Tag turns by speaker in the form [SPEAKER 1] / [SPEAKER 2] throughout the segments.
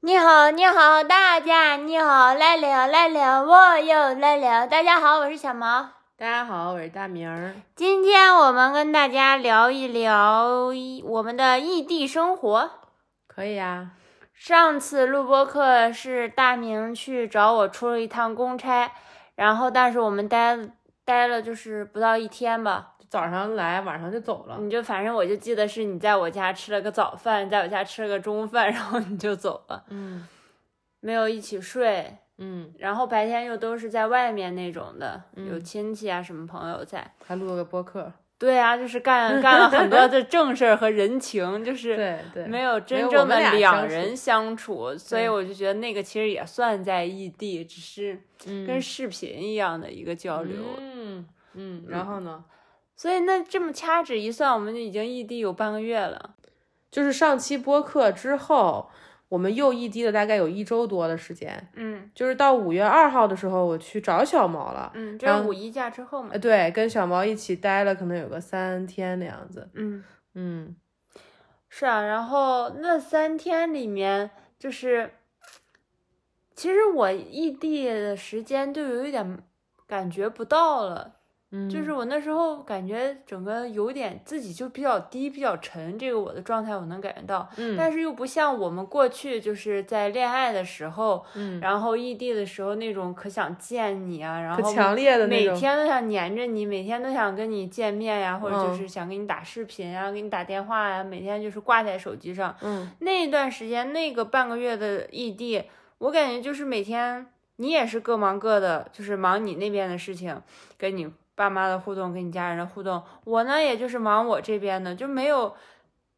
[SPEAKER 1] 你好，你好，大家你好，来了来了，我又来了。大家好，我是小毛。
[SPEAKER 2] 大家好，我是大明儿。
[SPEAKER 1] 今天我们跟大家聊一聊我们的异地生活。
[SPEAKER 2] 可以啊呀、
[SPEAKER 1] 上次录播课是大明去找我出了一趟公差，然后但是我们待待了就是不到一天吧，
[SPEAKER 2] 早上来，晚上就走了。
[SPEAKER 1] 你就反正我就记得是你在我家吃了个早饭，在我家吃了个中饭，然后你就 走了，
[SPEAKER 2] 嗯
[SPEAKER 1] 没有一起睡，
[SPEAKER 2] 嗯，
[SPEAKER 1] 然后白天又都是在外面那种的，
[SPEAKER 2] 嗯
[SPEAKER 1] 有亲戚啊什么朋友在。
[SPEAKER 2] 还录了个播客。
[SPEAKER 1] 对啊，就是干干了很 多的正事儿和人情，就是
[SPEAKER 2] 对对，
[SPEAKER 1] 没有真
[SPEAKER 2] 我
[SPEAKER 1] 正
[SPEAKER 2] 们
[SPEAKER 1] 的
[SPEAKER 2] 俩
[SPEAKER 1] 两
[SPEAKER 2] 相
[SPEAKER 1] 人
[SPEAKER 2] 处
[SPEAKER 1] 相处，所以
[SPEAKER 2] 对
[SPEAKER 1] 我就觉得那个其实也算在异地，只是
[SPEAKER 2] 嗯
[SPEAKER 1] 跟视频一样的一个交流。
[SPEAKER 2] 嗯嗯，然后呢？
[SPEAKER 1] 所以那这么掐指一算，我们就已经异地有半个月了。
[SPEAKER 2] 就是上期播客之后，我们又异地了大概有一周多的时间。
[SPEAKER 1] 嗯
[SPEAKER 2] 就是到五月二号的时候，我去找小毛了。
[SPEAKER 1] 嗯，这是五一假之后嘛
[SPEAKER 2] 呃，。对，跟小毛一起待了，可能有个三天的样子。
[SPEAKER 1] 嗯，
[SPEAKER 2] 嗯，
[SPEAKER 1] 是啊，然后那三天里面，就是其实我异地的时间就有一点感觉不到了，
[SPEAKER 2] 嗯
[SPEAKER 1] 就是我那时候感觉整个有点自己就比较低、比较沉，这个我的状态我能感觉到，
[SPEAKER 2] 嗯
[SPEAKER 1] 但是又不像我们过去就是在恋爱的时候，
[SPEAKER 2] 嗯，
[SPEAKER 1] 然后异地的时候那种可想见你啊，然
[SPEAKER 2] 可
[SPEAKER 1] 后
[SPEAKER 2] 强烈的那
[SPEAKER 1] 每
[SPEAKER 2] 种。
[SPEAKER 1] 天都想黏着你，每天都想跟你见面呀、或者就
[SPEAKER 2] 嗯
[SPEAKER 1] 是想跟你打视频啊，给你打电话呀、每天就是挂在手机上。
[SPEAKER 2] 嗯
[SPEAKER 1] 那一段时间，那个半个月的异地，我感觉就是每天你也是各忙各的，就是忙你那边的事情，跟你爸妈的互动，跟你家人的互动。我呢，也就是忙我这边的，就没有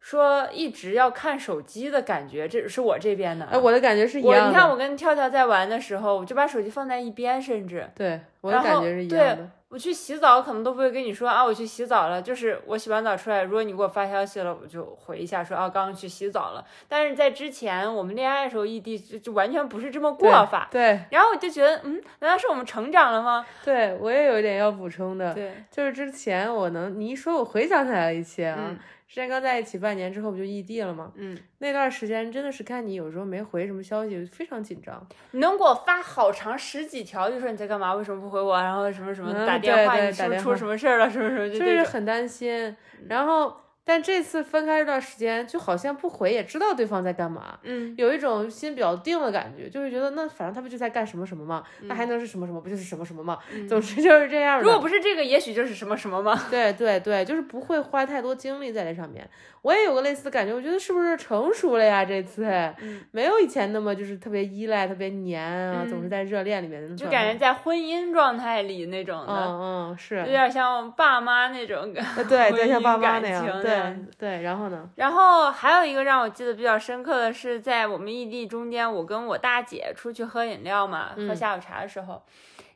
[SPEAKER 1] 说一直要看手机的感觉，这是我这边的啊。
[SPEAKER 2] 哎，我的感觉是一样的。
[SPEAKER 1] 我你看，我跟跳跳在玩的时候，我就把手机放在一边，甚至。
[SPEAKER 2] 对我的
[SPEAKER 1] 然
[SPEAKER 2] 感
[SPEAKER 1] 后
[SPEAKER 2] 觉是一
[SPEAKER 1] 对
[SPEAKER 2] 样的。
[SPEAKER 1] 我去洗澡可能都不会跟你说啊，我去洗澡了。就是我洗完澡出来，如果你给我发消息了，我就回一下说啊，刚刚去洗澡了。但是在之前我们恋爱的时候，异地就就完全不是这么过法。
[SPEAKER 2] 对
[SPEAKER 1] 然后我就觉得，嗯，难道是我们成长了吗？
[SPEAKER 2] 对，我也有一点要补充的，
[SPEAKER 1] 对，
[SPEAKER 2] 就是之前我能你一说，我回想起来了一些啊。
[SPEAKER 1] 嗯
[SPEAKER 2] 之前刚在一起半年之后不就异地了吗？
[SPEAKER 1] 嗯，
[SPEAKER 2] 那段时间真的是看你有时候没回什么消息，非常紧张。
[SPEAKER 1] 你能给我发好长十几条，就说你在干嘛，为什么不回我，然后什么什么
[SPEAKER 2] 嗯
[SPEAKER 1] 打电话，
[SPEAKER 2] 对对
[SPEAKER 1] 你是
[SPEAKER 2] 打
[SPEAKER 1] 不是
[SPEAKER 2] 电
[SPEAKER 1] 出
[SPEAKER 2] 话
[SPEAKER 1] 什么事儿了，什么什么就
[SPEAKER 2] 就
[SPEAKER 1] 这种。
[SPEAKER 2] 是很担心。
[SPEAKER 1] 嗯
[SPEAKER 2] 然后，但这次分开这段时间，就好像不回也知道对方在干嘛，
[SPEAKER 1] 嗯，
[SPEAKER 2] 有一种心比较定的感觉，就是觉得那反正他不就在干什么什么嘛，那还能是什么什么，不就是什么什么嘛？总之就是这样
[SPEAKER 1] 嗯
[SPEAKER 2] 的。
[SPEAKER 1] 如果不是这个，也许就是什么什么吗？
[SPEAKER 2] 对对对，就是不会花太多精力在这上面。我也有个类似的感觉，我觉得是不是成熟了呀？这次、
[SPEAKER 1] 嗯
[SPEAKER 2] 没有以前那么就是特别依赖、特别黏啊，总是在热恋里面的那种
[SPEAKER 1] 嗯就
[SPEAKER 2] 状态，
[SPEAKER 1] 感觉在婚姻状态里那种的。
[SPEAKER 2] 嗯嗯是
[SPEAKER 1] 有，点像爸妈那种感
[SPEAKER 2] 呃对
[SPEAKER 1] 婚
[SPEAKER 2] 对，像
[SPEAKER 1] 姻
[SPEAKER 2] 爸妈
[SPEAKER 1] 感
[SPEAKER 2] 那样
[SPEAKER 1] 情，那样
[SPEAKER 2] 对对，然后呢？
[SPEAKER 1] 然后还有一个让我记得比较深刻的是，在我们异地中间，我跟我大姐出去喝饮料嘛，喝
[SPEAKER 2] 嗯
[SPEAKER 1] 下午茶的时候，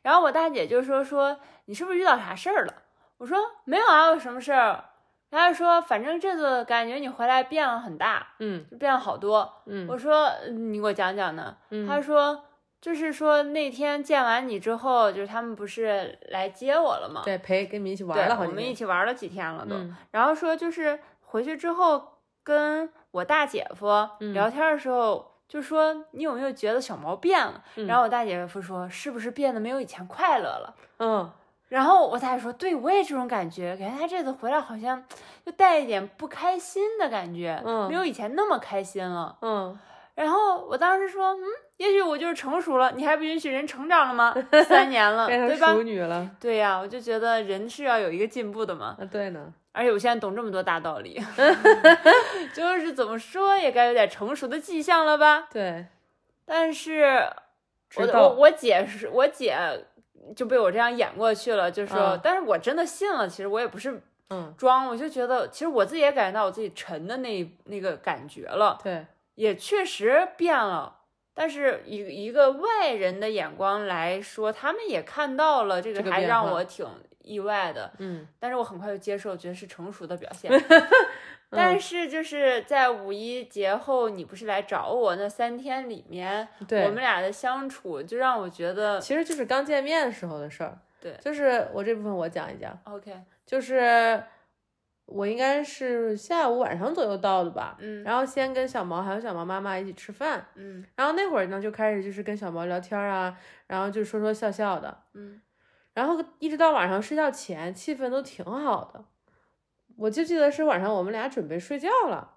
[SPEAKER 1] 然后我大姐就说说你是不是遇到啥事儿了？我说没有啊，有什么事儿？她就说反正这次感觉你回来变了很大，
[SPEAKER 2] 嗯
[SPEAKER 1] 就变了好多。
[SPEAKER 2] 嗯
[SPEAKER 1] 我说嗯你给我讲讲呢？她
[SPEAKER 2] 嗯
[SPEAKER 1] 说就是说那天见完你之后，就是他们不是来接我了吗？
[SPEAKER 2] 对，陪跟你们一起玩
[SPEAKER 1] 对，
[SPEAKER 2] 了好
[SPEAKER 1] 我
[SPEAKER 2] 几
[SPEAKER 1] 们一
[SPEAKER 2] 天，
[SPEAKER 1] 起玩了几天了都。
[SPEAKER 2] 嗯
[SPEAKER 1] 然后说就是回去之后跟我大姐夫
[SPEAKER 2] 嗯
[SPEAKER 1] 聊天的时候，就说你有没有觉得小毛变了？
[SPEAKER 2] 嗯
[SPEAKER 1] 然后我大姐夫说是不是变得没有以前快乐了？
[SPEAKER 2] 嗯
[SPEAKER 1] 然后我大姐说，对我也这种感觉，感觉他这次回来好像就带一点不开心的感觉，
[SPEAKER 2] 嗯
[SPEAKER 1] 没有以前那么开心了。
[SPEAKER 2] 嗯，
[SPEAKER 1] 然后我当时说，嗯，也许我就是成熟了，你还不允许人成长了吗？三年了，
[SPEAKER 2] 变
[SPEAKER 1] 呃对
[SPEAKER 2] 成
[SPEAKER 1] 吧
[SPEAKER 2] 熟？女了，
[SPEAKER 1] 对呀、我就觉得人是要有一个进步的嘛。
[SPEAKER 2] 啊对呢，
[SPEAKER 1] 而且我现在懂这么多大道 理，就是怎么说也该有点成熟的迹象了吧？
[SPEAKER 2] 对，
[SPEAKER 1] 但是我
[SPEAKER 2] 知
[SPEAKER 1] 我
[SPEAKER 2] 道，
[SPEAKER 1] 我姐是我姐就被我这样演过去了，就说，
[SPEAKER 2] 嗯
[SPEAKER 1] 但是我真的信了，其实我也不是
[SPEAKER 2] 嗯
[SPEAKER 1] 装，我就觉得其实我自己也感觉到我自己沉的那一那个感觉了，
[SPEAKER 2] 对，
[SPEAKER 1] 也确实变了。但是以一个外人的眼光来说，他们也看到了这
[SPEAKER 2] 这
[SPEAKER 1] 个，
[SPEAKER 2] 个
[SPEAKER 1] 还
[SPEAKER 2] 变
[SPEAKER 1] 让
[SPEAKER 2] 化
[SPEAKER 1] 我挺意外的。
[SPEAKER 2] 嗯
[SPEAKER 1] 但是我很快就接受，觉得是成熟的表 现。但是就是在五一节后，你不是来找我那三天里面，
[SPEAKER 2] 对，
[SPEAKER 1] 我们俩的相处就让我觉得
[SPEAKER 2] 其实就是刚见面的时候的事儿。
[SPEAKER 1] 对
[SPEAKER 2] 就是我这部分我讲一讲，
[SPEAKER 1] OK，
[SPEAKER 2] 就是我应该是下午晚上左右到的吧，
[SPEAKER 1] 嗯
[SPEAKER 2] 然后先跟小毛还有小毛妈妈一起吃饭，
[SPEAKER 1] 嗯
[SPEAKER 2] 然后那会儿呢就开始就是跟小毛聊天啊，然后就说说笑笑的，
[SPEAKER 1] 嗯
[SPEAKER 2] 然后一直到晚上睡觉前，气氛都挺好的。我就记得是晚上我们俩准备睡觉了，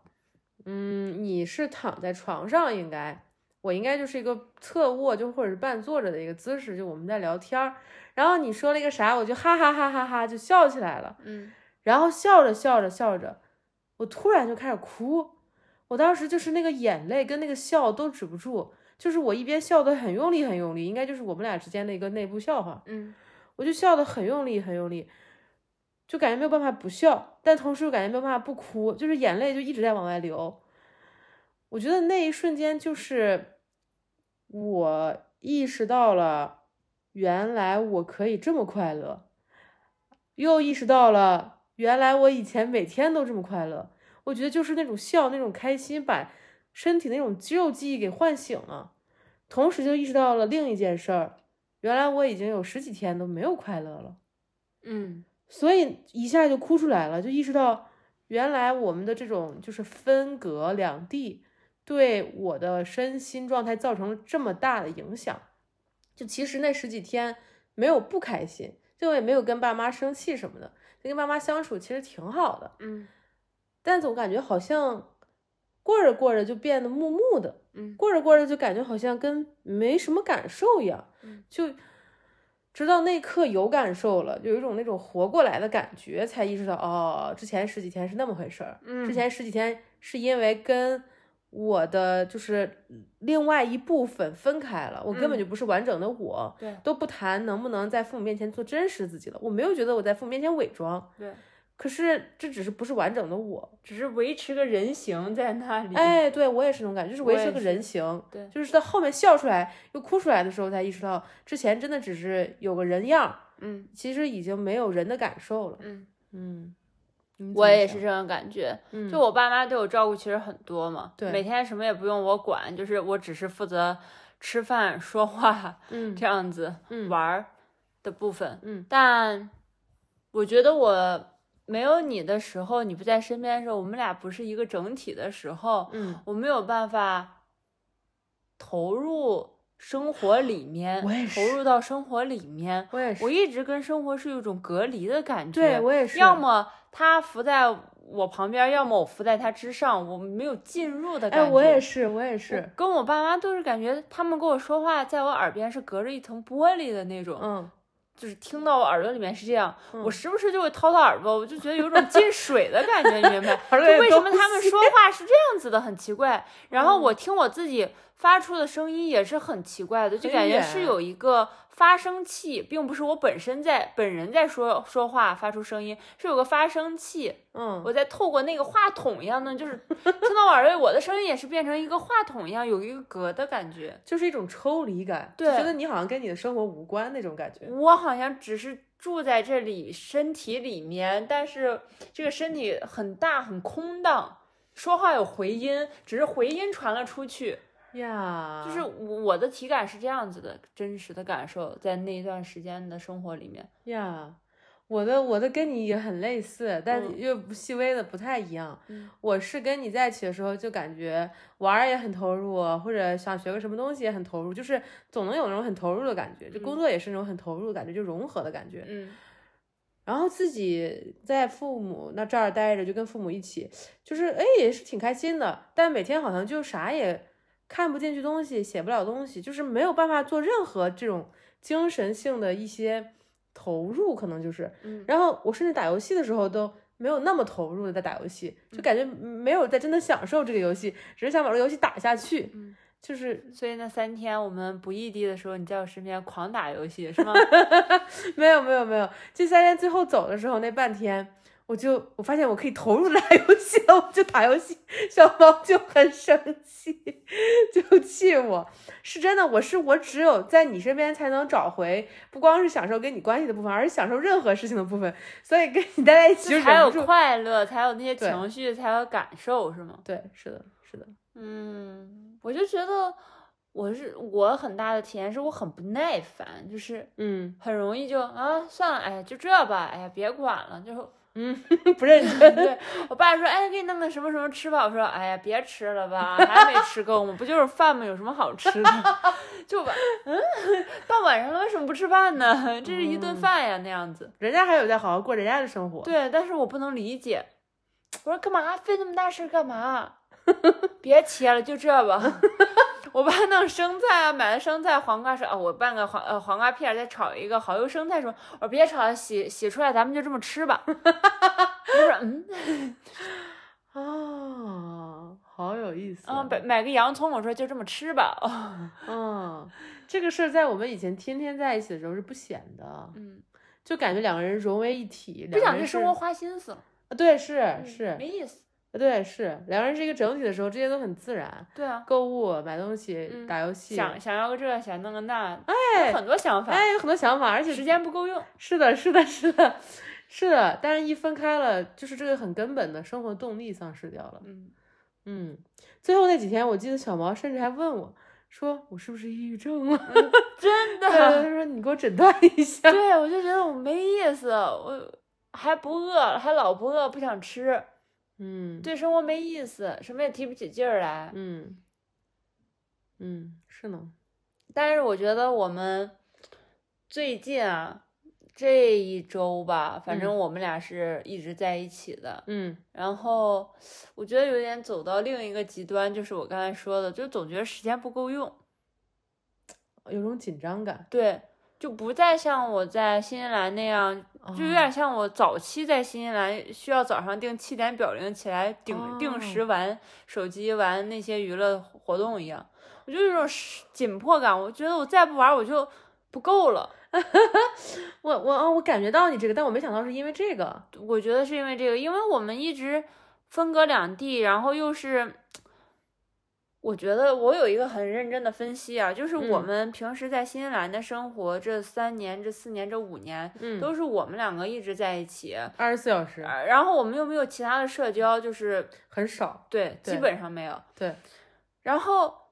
[SPEAKER 2] 嗯，你是躺在床上应该，我应该就是一个侧卧就或者是半坐着的一个姿势，就我们在聊天儿，然后你说了一个啥，我就哈哈哈哈哈就笑起来了。
[SPEAKER 1] 嗯
[SPEAKER 2] 然后笑着笑着笑着，我突然就开始哭，我当时就是那个眼泪跟那个笑都止不住，就是我一边笑得很用力很用力，应该就是我们俩之间的一个内部笑话，
[SPEAKER 1] 嗯
[SPEAKER 2] 我就笑得很用力很用力，就感觉没有办法不笑，但同时又感觉没有办法不哭，就是眼泪就一直在往外流。我觉得那一瞬间就是我意识到了，原来我可以这么快乐，又意识到了原来我以前每天都这么快乐。我觉得就是那种笑，那种开心，把身体那种肌肉记忆给唤醒了。同时就意识到了另一件事儿，原来我已经有十几天都没有快乐了，
[SPEAKER 1] 嗯
[SPEAKER 2] 所以一下就哭出来了，就意识到原来我们的这种就是分隔两地，对我的身心状态造成了这么大的影响。就其实那十几天没有不开心，就也没有跟爸妈生气什么的，就跟爸妈相处其实挺好的，
[SPEAKER 1] 嗯
[SPEAKER 2] 但总感觉好像过着过着就变得木木的，
[SPEAKER 1] 嗯
[SPEAKER 2] 过着过着就感觉好像跟没什么感受一样
[SPEAKER 1] 嗯，
[SPEAKER 2] 就直到那一刻有感受了，有一种那种活过来的感觉，才意识到哦，之前十几天是那么回事儿，
[SPEAKER 1] 嗯
[SPEAKER 2] 之前十几天是因为跟我的就是另外一部分分开了，我根本
[SPEAKER 1] 嗯
[SPEAKER 2] 就不是完整的我，
[SPEAKER 1] 对
[SPEAKER 2] 都不谈能不能在父母面前做真实自己了，我没有觉得我在父母面前伪装，
[SPEAKER 1] 对，
[SPEAKER 2] 可是这只是不是完整的我，
[SPEAKER 1] 只是维持个人形在那里。
[SPEAKER 2] 哎，对我也是那种感觉，就是
[SPEAKER 1] 嗯我
[SPEAKER 2] 维持
[SPEAKER 1] 也
[SPEAKER 2] 个
[SPEAKER 1] 是
[SPEAKER 2] 人形，
[SPEAKER 1] 对
[SPEAKER 2] 就是到后面笑出来又哭出来的时候，才意识到之前真的只是有个人样儿，
[SPEAKER 1] 嗯
[SPEAKER 2] 其实已经没有人的感受了。
[SPEAKER 1] 嗯，
[SPEAKER 2] 嗯，你怎
[SPEAKER 1] 我
[SPEAKER 2] 么
[SPEAKER 1] 也
[SPEAKER 2] 想
[SPEAKER 1] 是，这种感觉。
[SPEAKER 2] 嗯，
[SPEAKER 1] 就我爸妈对我照顾其实很多嘛，
[SPEAKER 2] 对
[SPEAKER 1] 每天什么也不用我管，就是我只是负责吃饭、说话
[SPEAKER 2] 嗯
[SPEAKER 1] 这样子、
[SPEAKER 2] 嗯
[SPEAKER 1] 玩儿的部分。
[SPEAKER 2] 嗯
[SPEAKER 1] 但我觉得我没有你的时候，你不在身边的时候，我们俩不是一个整体的时候，
[SPEAKER 2] 嗯，
[SPEAKER 1] 我没有办法投入生活里面
[SPEAKER 2] 我也，
[SPEAKER 1] 投
[SPEAKER 2] 是
[SPEAKER 1] 入到生活里面。
[SPEAKER 2] 我也是，
[SPEAKER 1] 我一直跟生活是有一种隔离的感觉，
[SPEAKER 2] 对我也是，
[SPEAKER 1] 要么他浮在我旁边，要么我浮在他之上，我没有进入的感
[SPEAKER 2] 哎，
[SPEAKER 1] 觉。
[SPEAKER 2] 我也是，我也
[SPEAKER 1] 我
[SPEAKER 2] 是，
[SPEAKER 1] 跟我爸妈都是感觉他们跟我说话，在我耳边是隔着一层玻璃的那种，
[SPEAKER 2] 嗯，
[SPEAKER 1] 就是听到我耳朵里面是这样，
[SPEAKER 2] 嗯
[SPEAKER 1] 我时不时就会掏掏耳朵，我就觉得有种进水的感觉，你明白？
[SPEAKER 2] 耳
[SPEAKER 1] 就
[SPEAKER 2] 朵有
[SPEAKER 1] 为什么
[SPEAKER 2] 东
[SPEAKER 1] 他们
[SPEAKER 2] 西嗯
[SPEAKER 1] 说话是这样子的，很奇怪。然后我听我自己发出的声音也是很奇怪的，就
[SPEAKER 2] 很
[SPEAKER 1] 感觉
[SPEAKER 2] 远
[SPEAKER 1] 是有一个发声器，并不是我本身在本人在说说话发出声音，是有个发声器，
[SPEAKER 2] 嗯，
[SPEAKER 1] 我在透过那个话筒一样的，就是听到我耳朵里，我的声音也是变成一个话筒一样，有一个隔的感觉。
[SPEAKER 2] 就是一种抽离感，就
[SPEAKER 1] 对
[SPEAKER 2] 觉得你好像跟你的生活无关那种感觉。
[SPEAKER 1] 我好像只是住在这里，身体里面，但是这个身体很大很空荡，说话有回音，只是回音传了出去。
[SPEAKER 2] 呀，
[SPEAKER 1] 就是我我的体感是这样子的，真实的感受在那一段时间的生活里面。
[SPEAKER 2] 呀，我的我的跟你也很类似，但
[SPEAKER 1] 嗯
[SPEAKER 2] 又不细微的不太一样。
[SPEAKER 1] 嗯
[SPEAKER 2] 我是跟你在一起的时候，就感觉玩儿也很投入，或者想学个什么东西也很投入，就是总能有那种很投入的感觉。就工
[SPEAKER 1] 嗯
[SPEAKER 2] 作也是那种很投入的感觉，就融合的感觉。
[SPEAKER 1] 嗯
[SPEAKER 2] 然后自己在父母那这儿待着，就跟父母一起，就是哎也是挺开心的，但每天好像就啥也看不进去东西，写不了东西，就是没有办法做任何这种精神性的一些投入，可能就是。
[SPEAKER 1] 嗯
[SPEAKER 2] 然后我甚至打游戏的时候都没有那么投入的在打游戏，就感觉没有在真的享受这个游戏，只是想把这个游戏打下去，
[SPEAKER 1] 嗯。
[SPEAKER 2] 就是
[SPEAKER 1] 所以那三天我们不异地的时候，你在我身边狂打游戏是吗？
[SPEAKER 2] 没有没有没有。这三天最后走的时候那半天。我就我发现我可以投入地打游戏了，我就打游戏，小猫就很生气，就气我。是真的，我是我只有在你身边才能找回，不光是享受跟你关系的部分，而是享受任何事情的部分。所以跟你待在一起就
[SPEAKER 1] 就才
[SPEAKER 2] 忍
[SPEAKER 1] 有
[SPEAKER 2] 不住。
[SPEAKER 1] 快乐，才有那些
[SPEAKER 2] 对
[SPEAKER 1] 情绪，才有感受是吗？
[SPEAKER 2] 对，是的，是的，
[SPEAKER 1] 嗯，我就觉得我是我很大的体验是我很不耐烦，就是
[SPEAKER 2] 嗯
[SPEAKER 1] 很容易就啊算了，哎就这吧，哎呀别管了，就是
[SPEAKER 2] 不认真。
[SPEAKER 1] 对我爸说，哎，给你弄个什么什么吃吧。我说，哎呀，别吃了吧，还没吃够吗？不就是饭吗？有什么好吃的？ 就晚，嗯，到晚上了为什么不吃饭呢？ 这是一顿饭呀，那样子。
[SPEAKER 2] 人家还有在好好过人家的生活。
[SPEAKER 1] 对，但是我不能理解。我说干嘛费那么大事儿干嘛？ 别切了，就这吧。 我爸弄生菜啊，买了生菜、黄瓜说啊，我拌个黄呃黄瓜片儿，再炒一个蚝油生菜什么。我说别炒了，洗洗出来咱们就这么吃吧。 我说 嗯
[SPEAKER 2] 啊，好有意思。
[SPEAKER 1] 嗯，买买个洋葱，我说就这么吃吧。 哦
[SPEAKER 2] 嗯，这个事儿在我们以前天天在一起的时候是不显的，
[SPEAKER 1] 嗯，
[SPEAKER 2] 就感觉两个人融为一体，
[SPEAKER 1] 不
[SPEAKER 2] 两
[SPEAKER 1] 想
[SPEAKER 2] 个
[SPEAKER 1] 对
[SPEAKER 2] 人
[SPEAKER 1] 生
[SPEAKER 2] 是
[SPEAKER 1] 活花心思了，
[SPEAKER 2] 啊对，是
[SPEAKER 1] 嗯
[SPEAKER 2] 是，
[SPEAKER 1] 没意思。
[SPEAKER 2] 对是，两个人是一个整体的时候，这些都很自然。
[SPEAKER 1] 对啊，
[SPEAKER 2] 购物、买东西、
[SPEAKER 1] 嗯
[SPEAKER 2] 打游戏，
[SPEAKER 1] 想想要个这，想弄个那，
[SPEAKER 2] 哎
[SPEAKER 1] 有很多想法，
[SPEAKER 2] 哎，有很多想法，而且
[SPEAKER 1] 时间不够用。
[SPEAKER 2] 是的， 是的，是的，是的。但是，一分开了，就是这个很根本的生活动力丧失掉了。
[SPEAKER 1] 嗯，
[SPEAKER 2] 嗯，最后那几天，我记得小毛甚至还问我，说我是不是抑郁症了？
[SPEAKER 1] 真的
[SPEAKER 2] 对，他。说你给我诊断一 下。
[SPEAKER 1] 对，我就觉得我没意思，我还不饿，还老不饿，不想吃，
[SPEAKER 2] 嗯，，
[SPEAKER 1] 对生活没意思，什么也提不起劲儿来。
[SPEAKER 2] 嗯，嗯，是呢，
[SPEAKER 1] 但是我觉得我们最近啊，这一周吧，反正
[SPEAKER 2] 嗯
[SPEAKER 1] 我们俩是一直在一起的。
[SPEAKER 2] 嗯
[SPEAKER 1] 然后我觉得有点走到另一个极端，就是我刚才说的，就总觉得时间不够用。
[SPEAKER 2] 有种紧张感，
[SPEAKER 1] 对，就不再像我在新西兰那样，
[SPEAKER 2] 哦
[SPEAKER 1] 就有点像我早期在新西兰需要早上定七点表铃起来，定、
[SPEAKER 2] 哦
[SPEAKER 1] 定时玩手机、玩那些娱乐活动一样。我就有一种是紧迫感，我觉得我再不玩我就不够了。
[SPEAKER 2] 我我哦我感觉到你这个，但我没想到是因为这个。
[SPEAKER 1] 我觉得是因为这个，因为我们一直分隔两地，然后又是。我觉得我有一个很认真的分析啊，就是我
[SPEAKER 2] 嗯
[SPEAKER 1] 们平时在新西兰的生活，这三年、这四年、这五年，
[SPEAKER 2] 嗯，
[SPEAKER 1] 都是我们两个一直在一起，
[SPEAKER 2] 二十四小时
[SPEAKER 1] 呃然后我们又没有其他的社交，就是
[SPEAKER 2] 很少，
[SPEAKER 1] 对，
[SPEAKER 2] 对
[SPEAKER 1] 基本上没有。
[SPEAKER 2] 对，
[SPEAKER 1] 然后，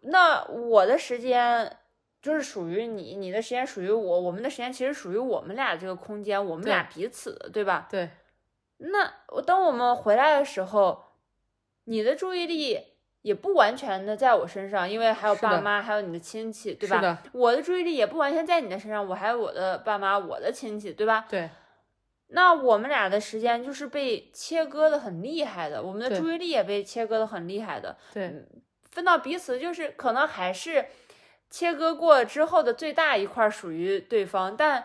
[SPEAKER 1] 那我的时间就是属于你，你的时间属于我，我们的时间其实属于我们俩这个空间，我们
[SPEAKER 2] 对
[SPEAKER 1] 俩彼此的，对吧？
[SPEAKER 2] 对，
[SPEAKER 1] 那我等我们回来的时候，你的注意力也不完全的在我身上，因为还有
[SPEAKER 2] 是的
[SPEAKER 1] 爸妈，还有你的亲戚，对
[SPEAKER 2] 是
[SPEAKER 1] 吧？
[SPEAKER 2] 的，
[SPEAKER 1] 我的注意力也不完全在你的身上，我还有我的爸妈，我的亲戚，对吧？
[SPEAKER 2] 对，
[SPEAKER 1] 那我们俩的时间就是被切割的很厉害的，我们的
[SPEAKER 2] 对
[SPEAKER 1] 注意力也被切割的很厉害的，
[SPEAKER 2] 对，
[SPEAKER 1] 分到彼此就是可能还是切割过之后的最大一块儿属于对方，但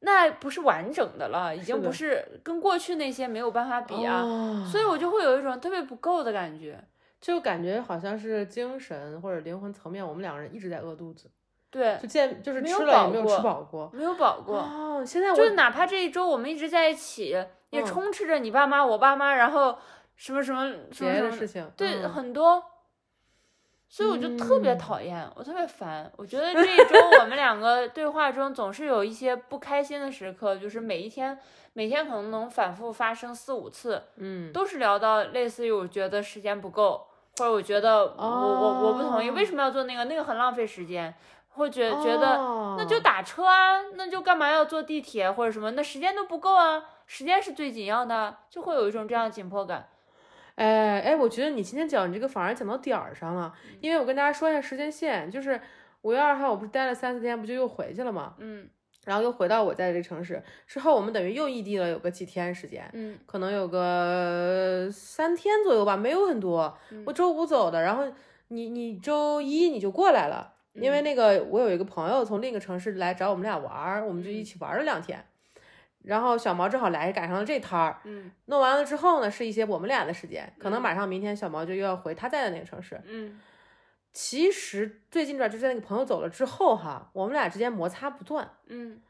[SPEAKER 1] 那不是完整的了，已经
[SPEAKER 2] 是的
[SPEAKER 1] 不是跟过去那些没有办法比啊，
[SPEAKER 2] 哦
[SPEAKER 1] 所以我就会有一种特别不够的感觉。
[SPEAKER 2] 就感觉好像是精神或者灵魂层面，我们两个人一直在饿肚子，
[SPEAKER 1] 对
[SPEAKER 2] 就，见就是
[SPEAKER 1] 没
[SPEAKER 2] 吃
[SPEAKER 1] 有
[SPEAKER 2] 了
[SPEAKER 1] 饱
[SPEAKER 2] 也没有
[SPEAKER 1] 过
[SPEAKER 2] 吃饱过。
[SPEAKER 1] 没有饱过，
[SPEAKER 2] 哦，现在我
[SPEAKER 1] 就是哪怕这一周我们一直在一起，也
[SPEAKER 2] 嗯
[SPEAKER 1] 充斥着你爸妈、我爸妈，然后什么什么什么
[SPEAKER 2] 别
[SPEAKER 1] 什
[SPEAKER 2] 的
[SPEAKER 1] 么
[SPEAKER 2] 事情，
[SPEAKER 1] 对，
[SPEAKER 2] 嗯
[SPEAKER 1] 很多，所以我就特别
[SPEAKER 2] 嗯
[SPEAKER 1] 讨厌，我特别烦。我觉得这一周我们两个对话中总是有一些不开心的时刻，就是每一天，每天可能能反复发生四五次，
[SPEAKER 2] 嗯，
[SPEAKER 1] 都是聊到类似于我觉得时间不够，或者我觉得我、我我不同意，
[SPEAKER 2] 哦
[SPEAKER 1] 为什么要做那个，那个很浪费时间，或觉觉得那就
[SPEAKER 2] 哦
[SPEAKER 1] 打车啊，那就干嘛要坐地铁或者什么，那时间都不够啊，时间是最紧要的，就会有一种这样的紧迫感。
[SPEAKER 2] 哎哎，我觉得你今天讲你这个反而讲到点儿上了，因为我跟大家说一下时间线，就是五月二号我不是待了三四天，不就又回去了嘛，
[SPEAKER 1] 嗯
[SPEAKER 2] 然后又回到我在这个城市之后，我们等于又异地了有个几天时间，
[SPEAKER 1] 嗯，
[SPEAKER 2] 可能有个三天左右吧，没有很多。我周五走的，然后你你周一你就过来了，因为那个我有一个朋友从另一个城市来找我们俩玩儿，我们就一起玩了两天。然后小毛正好来赶上了这摊儿，
[SPEAKER 1] 嗯
[SPEAKER 2] 弄完了之后呢，是一些我们俩的时间，可能马上明天小毛就又要回他在的那个城市。
[SPEAKER 1] 嗯
[SPEAKER 2] 其实最近这儿就在那个朋友走了之后哈，我们俩之间摩擦不断。
[SPEAKER 1] 嗯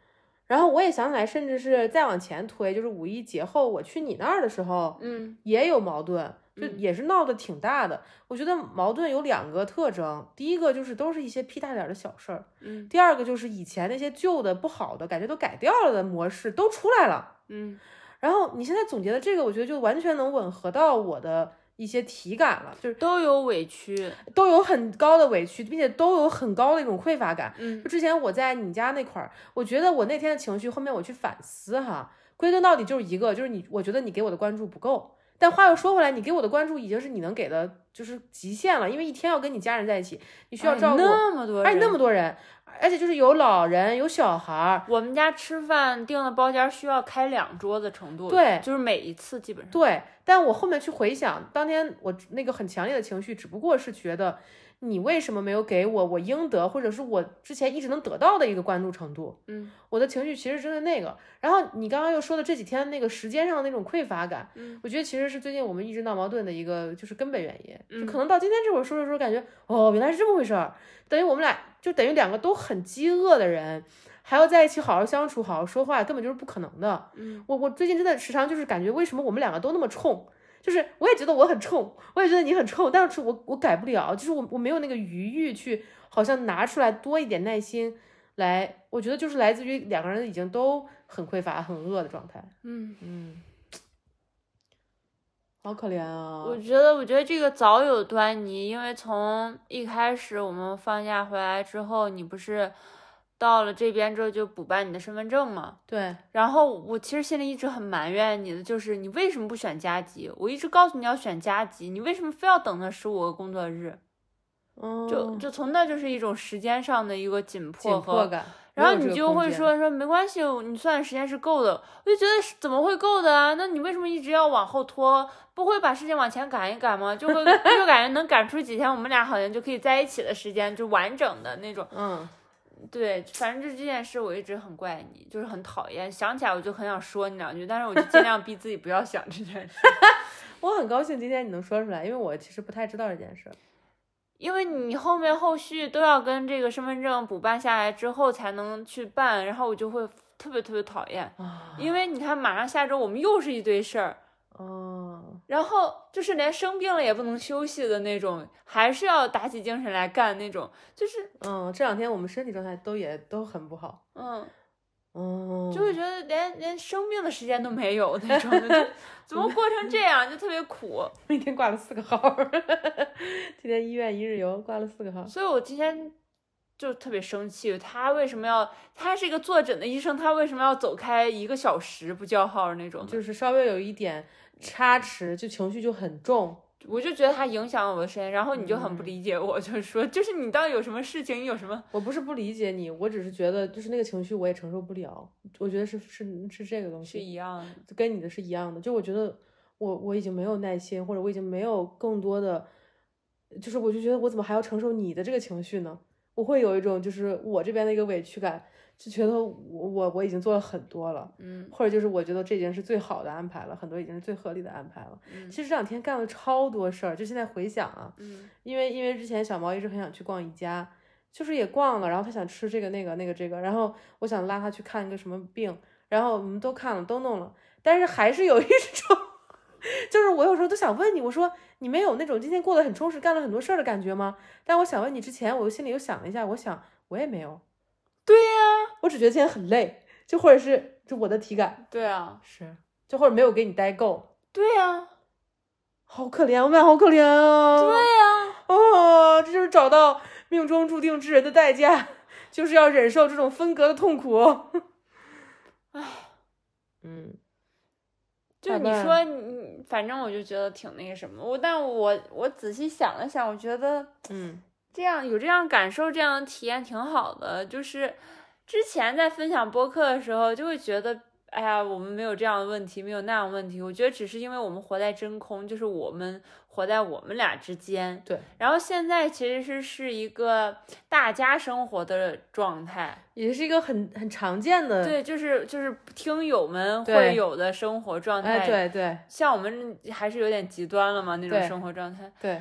[SPEAKER 2] 然后我也想起来，甚至是再往前推，就是五一节后我去你那儿的时候，
[SPEAKER 1] 嗯
[SPEAKER 2] 也有矛盾，就
[SPEAKER 1] 嗯
[SPEAKER 2] 也是闹得挺大的。我觉得矛盾有两个特征，第一个就是都是一些屁大点儿的小事儿，
[SPEAKER 1] 嗯
[SPEAKER 2] 第二个就是以前那些旧的不好的感觉都改掉了的模式都出来了。
[SPEAKER 1] 嗯
[SPEAKER 2] 然后你现在总结的这个，我觉得就完全能吻合到我的一些体感了，就是
[SPEAKER 1] 都有委屈，
[SPEAKER 2] 都有很高的委屈，并且都有很高的一种匮乏感。
[SPEAKER 1] 嗯
[SPEAKER 2] 就之前我在你家那块儿，我觉得我那天的情绪，后面我去反思哈，归根到底就是一个，就是你，我觉得你给我的关注不够。但话又说回来，你给我的关注已经是你能给的，就是极限了，因为一天要跟你家人在一起，你需要
[SPEAKER 1] 哎
[SPEAKER 2] 照顾，
[SPEAKER 1] 那么多人，
[SPEAKER 2] 哎，那么多人，而且就是有老人，有小孩儿，
[SPEAKER 1] 我们家吃饭订的包间需要开两桌子程度，，
[SPEAKER 2] 对
[SPEAKER 1] 就是每一次基本上，
[SPEAKER 2] 对。但我后面去回想，当天我那个很强烈的情绪，只不过是觉得你为什么没有给我我应得，或者是我之前一直能得到的一个关注程度。
[SPEAKER 1] 嗯
[SPEAKER 2] 我的情绪其实针对那个。然后你刚刚又说的这几天那个时间上的那种匮乏感，
[SPEAKER 1] 嗯，
[SPEAKER 2] 我觉得其实是最近我们一直闹矛盾的一个就是根本原因。
[SPEAKER 1] 嗯
[SPEAKER 2] 就可能到今天这会儿说着说着，感觉哦，原来是这么回事儿，等于我们俩就等于两个都很饥饿的人。还要在一起好好相处、好好说话，根本就是不可能的。
[SPEAKER 1] 嗯，
[SPEAKER 2] 我我最近真的时常就是感觉，为什么我们两个都那么冲？就是我也觉得我很冲，我也觉得你很冲，但是我我改不了，就是我我没有那个余欲去，好像拿出来多一点耐心来，我觉得就是来自于两个人已经都很匮乏、很饿的状态。
[SPEAKER 1] 嗯，
[SPEAKER 2] 嗯，好可怜啊！
[SPEAKER 1] 我觉得，我觉得这个早有端倪，因为从一开始我们放假回来之后，你不是到了这边之后就补办你的身份证吗？
[SPEAKER 2] 对，
[SPEAKER 1] 然后我其实心里一直很埋怨你的，就是你为什么不选加急？我一直告诉你要选加急，你为什么非要等那十五个工作日？
[SPEAKER 2] 嗯，
[SPEAKER 1] 就就从那就是一种时间上的一个紧迫
[SPEAKER 2] 紧
[SPEAKER 1] 和
[SPEAKER 2] 迫感，
[SPEAKER 1] 然后
[SPEAKER 2] 没有这
[SPEAKER 1] 你
[SPEAKER 2] 个
[SPEAKER 1] 就
[SPEAKER 2] 空
[SPEAKER 1] 会
[SPEAKER 2] 间，
[SPEAKER 1] 说说没关系，你算的时间是够的。我就觉得是怎么会够的啊？那你为什么一直要往后拖？不会把事情往前赶一赶吗？就会就感觉能赶出几天，我们俩好像就可以在一起的时间，就完整的那种。
[SPEAKER 2] 嗯，
[SPEAKER 1] 对，反正就是这件事，我一直很怪你，就是很讨厌。想起来我就很想说你两句，但是我就尽量逼自己不要想这件事，
[SPEAKER 2] 我很高兴今天你能说出来，因为我其实不太知道这件事儿。
[SPEAKER 1] 因为你后面后续都要跟这个身份证补办下来之后才能去办，然后我就会特别特别讨厌。
[SPEAKER 2] 啊，
[SPEAKER 1] 因为你看，马上下周我们又是一堆事儿，
[SPEAKER 2] 哦，
[SPEAKER 1] 然后就是连生病了也不能休息的那种，还是要打起精神来干那种，就是
[SPEAKER 2] 嗯，这两天我们身体状态都也都很不好，
[SPEAKER 1] 嗯，
[SPEAKER 2] 嗯，
[SPEAKER 1] 就会觉得连连生病的时间都没有那种的， 就怎么过成这样，就特别苦。
[SPEAKER 2] 我 一天挂了四个号儿， 今天医院一日游挂了四个号儿，
[SPEAKER 1] 所以我今天就特别生气，他为什么要？他是一个坐诊的医生，他为什么要走开一个小时不叫号那种的？
[SPEAKER 2] 就是稍微有一点差池，就情绪就很重。
[SPEAKER 1] 我就觉得他影响了我的时间，然后你就很不理解我，就是说，就是你到底有什么事情，你有什么？
[SPEAKER 2] 我不是不理解你，我只是觉得就是那个情绪我也承受不了，我觉得是是是这个东
[SPEAKER 1] 是
[SPEAKER 2] 西，
[SPEAKER 1] 一样的，
[SPEAKER 2] 跟你的是一样的。就我觉得我我已经没有耐心，或者我已经没有更多的，就是我就觉得我怎么还要承受你的这个情绪呢？我会有一种就是我这边的一个委屈感，就觉得我我我已经做了很多了。
[SPEAKER 1] 嗯
[SPEAKER 2] 或者就是我觉得这已经是最好的安排了，很多已经是最合理的安排了。
[SPEAKER 1] 嗯
[SPEAKER 2] 其实这两天干了超多事儿，就现在回想啊，
[SPEAKER 1] 嗯
[SPEAKER 2] 因为因为之前小毛一直很想去逛宜家，就是也逛了，然后他想吃这个那个那个这个，然后我想拉他去看一个什么病，然后我们都看了都弄了，但是还是有一种， 就是我有时候都想问你，我说你没有那种今天过得很充实，干了很多事儿的感觉吗？但我想问你之前，我又心里又想了一下，我想我也没有，
[SPEAKER 1] 对呀、
[SPEAKER 2] 我只觉得今天很累，就或者是就我的体感。
[SPEAKER 1] 对啊，
[SPEAKER 2] 是，就或者没有给你待够，
[SPEAKER 1] 对呀、
[SPEAKER 2] 好可怜，我们俩好可怜啊！
[SPEAKER 1] 对，呀、
[SPEAKER 2] 哦，这就是找到命中注定之人的代价，就是要忍受这种分隔的痛苦。唉， 嗯，
[SPEAKER 1] 就
[SPEAKER 2] 咋
[SPEAKER 1] 你
[SPEAKER 2] 办
[SPEAKER 1] 说你，反正我就觉得挺那个什么。我，但我我仔细想了想，我觉得
[SPEAKER 2] 嗯，
[SPEAKER 1] 这样有这样感受、这样的体验挺好的。就是之前在分享播客的时候，就会觉得，哎呀，我们没有这样的问题，没有那样的问题。我觉得只是因为我们活在真空，就是我们活在我们俩之间。
[SPEAKER 2] 对。
[SPEAKER 1] 然后现在其实是是一个大家生活的状态。
[SPEAKER 2] 也是一个很很常见的，，
[SPEAKER 1] 对，就是就是听友们会
[SPEAKER 2] 对
[SPEAKER 1] 有的生活状态，
[SPEAKER 2] 哎，对对
[SPEAKER 1] 像我们还是有点极端了嘛，那种
[SPEAKER 2] 对
[SPEAKER 1] 生活状态，
[SPEAKER 2] 对，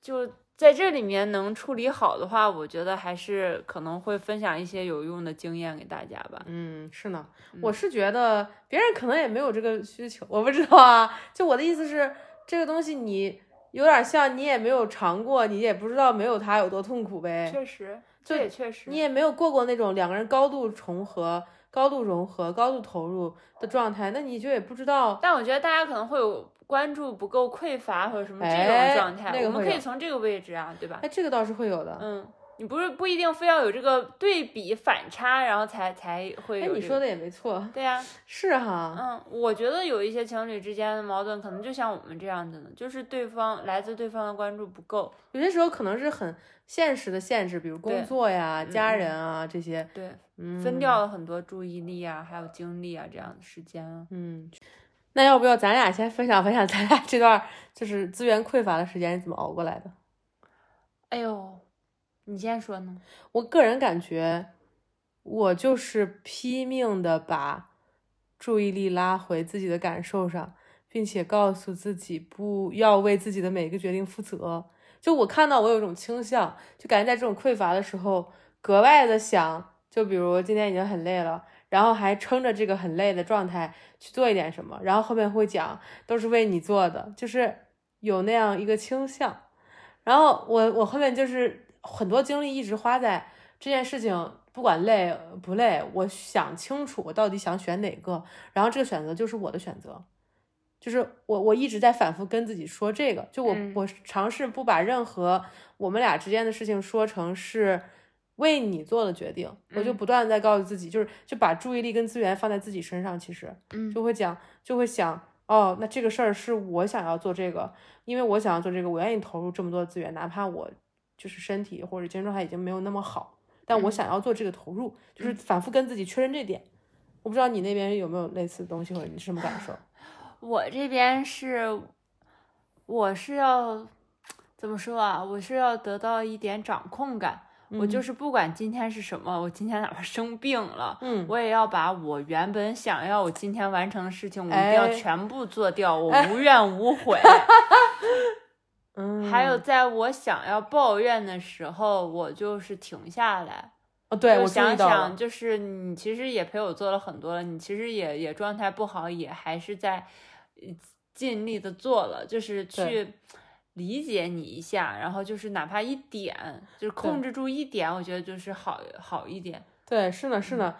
[SPEAKER 1] 就在这里面能处理好的话，我觉得还是可能会分享一些有用的经验给大家吧。
[SPEAKER 2] 嗯，是呢，
[SPEAKER 1] 嗯
[SPEAKER 2] 我是觉得别人可能也没有这个需求，我不知道啊。就我的意思是，这个东西你有点像你也没有尝过，你也不知道没有它有多痛苦呗。
[SPEAKER 1] 确实，
[SPEAKER 2] 就
[SPEAKER 1] 这也确实，
[SPEAKER 2] 你也没有过过那种两个人高度重合、高度融合、高度投入的状态，那你就也不知道。
[SPEAKER 1] 但我觉得大家可能会有关注不够匮乏或者什么这种
[SPEAKER 2] 哎
[SPEAKER 1] 状态，
[SPEAKER 2] 那个
[SPEAKER 1] 我们
[SPEAKER 2] 会
[SPEAKER 1] 可以
[SPEAKER 2] 有
[SPEAKER 1] 从这个位置啊，对吧？
[SPEAKER 2] 哎，这个倒是会有的，
[SPEAKER 1] 嗯，你不是不一定非要有这个对比反差，然后才才会
[SPEAKER 2] 哎，
[SPEAKER 1] 有、这个。
[SPEAKER 2] 你说的也没错，
[SPEAKER 1] 对呀、
[SPEAKER 2] 是哈，
[SPEAKER 1] 嗯，我觉得有一些情侣之间的矛盾，可能就像我们这样子的，就是对方来自对方的关注不够。
[SPEAKER 2] 有些时候可能是很现实的限制，比如工
[SPEAKER 1] 对
[SPEAKER 2] 作呀、
[SPEAKER 1] 嗯
[SPEAKER 2] 家
[SPEAKER 1] 嗯
[SPEAKER 2] 人啊这些，
[SPEAKER 1] 对，
[SPEAKER 2] 嗯，
[SPEAKER 1] 分掉了很多注意力啊，还有精力啊，这样的时间啊。
[SPEAKER 2] 嗯，那要不要咱俩先分享分享咱俩这段儿就是资源匮乏的时间是怎么熬过来的？
[SPEAKER 1] 哎呦，你先说呢？
[SPEAKER 2] 我个人感觉，我就是拼命的把注意力拉回自己的感受上，并且告诉自己不要为自己的每一个决定负责。就我看到我有一种倾向，就感觉在这种匮乏的时候，格外的想，就比如今天已经很累了。然后还撑着这个很累的状态去做一点什么，然后后面会讲都是为你做的，就是有那样一个倾向。然后我我后面就是很多精力一直花在这件事情，不管累不累，我想清楚我到底想选哪个，然后这个选择就是我的选择。就是我，我一直在反复跟自己说这个，就我、
[SPEAKER 1] 嗯
[SPEAKER 2] 我尝试不把任何我们俩之间的事情说成是为你做的决定，我就
[SPEAKER 1] 嗯
[SPEAKER 2] 不断地在告诉自己，就是就把注意力跟资源放在自己身上，其实，
[SPEAKER 1] 嗯
[SPEAKER 2] 就会讲，就会想，哦，那这个事儿是我想要做这个，因为我想要做这个，我愿意投入这么多资源，哪怕我就是身体或者精神状态已经没有那么好，但我
[SPEAKER 1] 嗯
[SPEAKER 2] 想要做这个投入，就是反复跟自己确认这点。我不知道你那边有没有类似的东西，或者你是什么感受？
[SPEAKER 1] 我这边是，我是要怎么说啊？我是要得到一点掌控感。我就是不管今天是什么，我今天哪怕生病了，
[SPEAKER 2] 嗯
[SPEAKER 1] 我也要把我原本想要我今天完成的事情，我一定要
[SPEAKER 2] 哎
[SPEAKER 1] 全部做掉，我
[SPEAKER 2] 哎
[SPEAKER 1] 无怨无悔。
[SPEAKER 2] 嗯，
[SPEAKER 1] 还有，在我想要抱怨的时候，我就是停下来，
[SPEAKER 2] 哦，对
[SPEAKER 1] 就
[SPEAKER 2] 我注意
[SPEAKER 1] 想
[SPEAKER 2] 到
[SPEAKER 1] 想，
[SPEAKER 2] 了，
[SPEAKER 1] 就是你其实也陪我做了很多了，你其实也也状态不好，也还是在呃尽力的做了，就是
[SPEAKER 2] 对
[SPEAKER 1] 去理解你一下，然后就是哪怕一点，就是控制住一点，我觉得就是好好一点。
[SPEAKER 2] 对，是呢，是呢，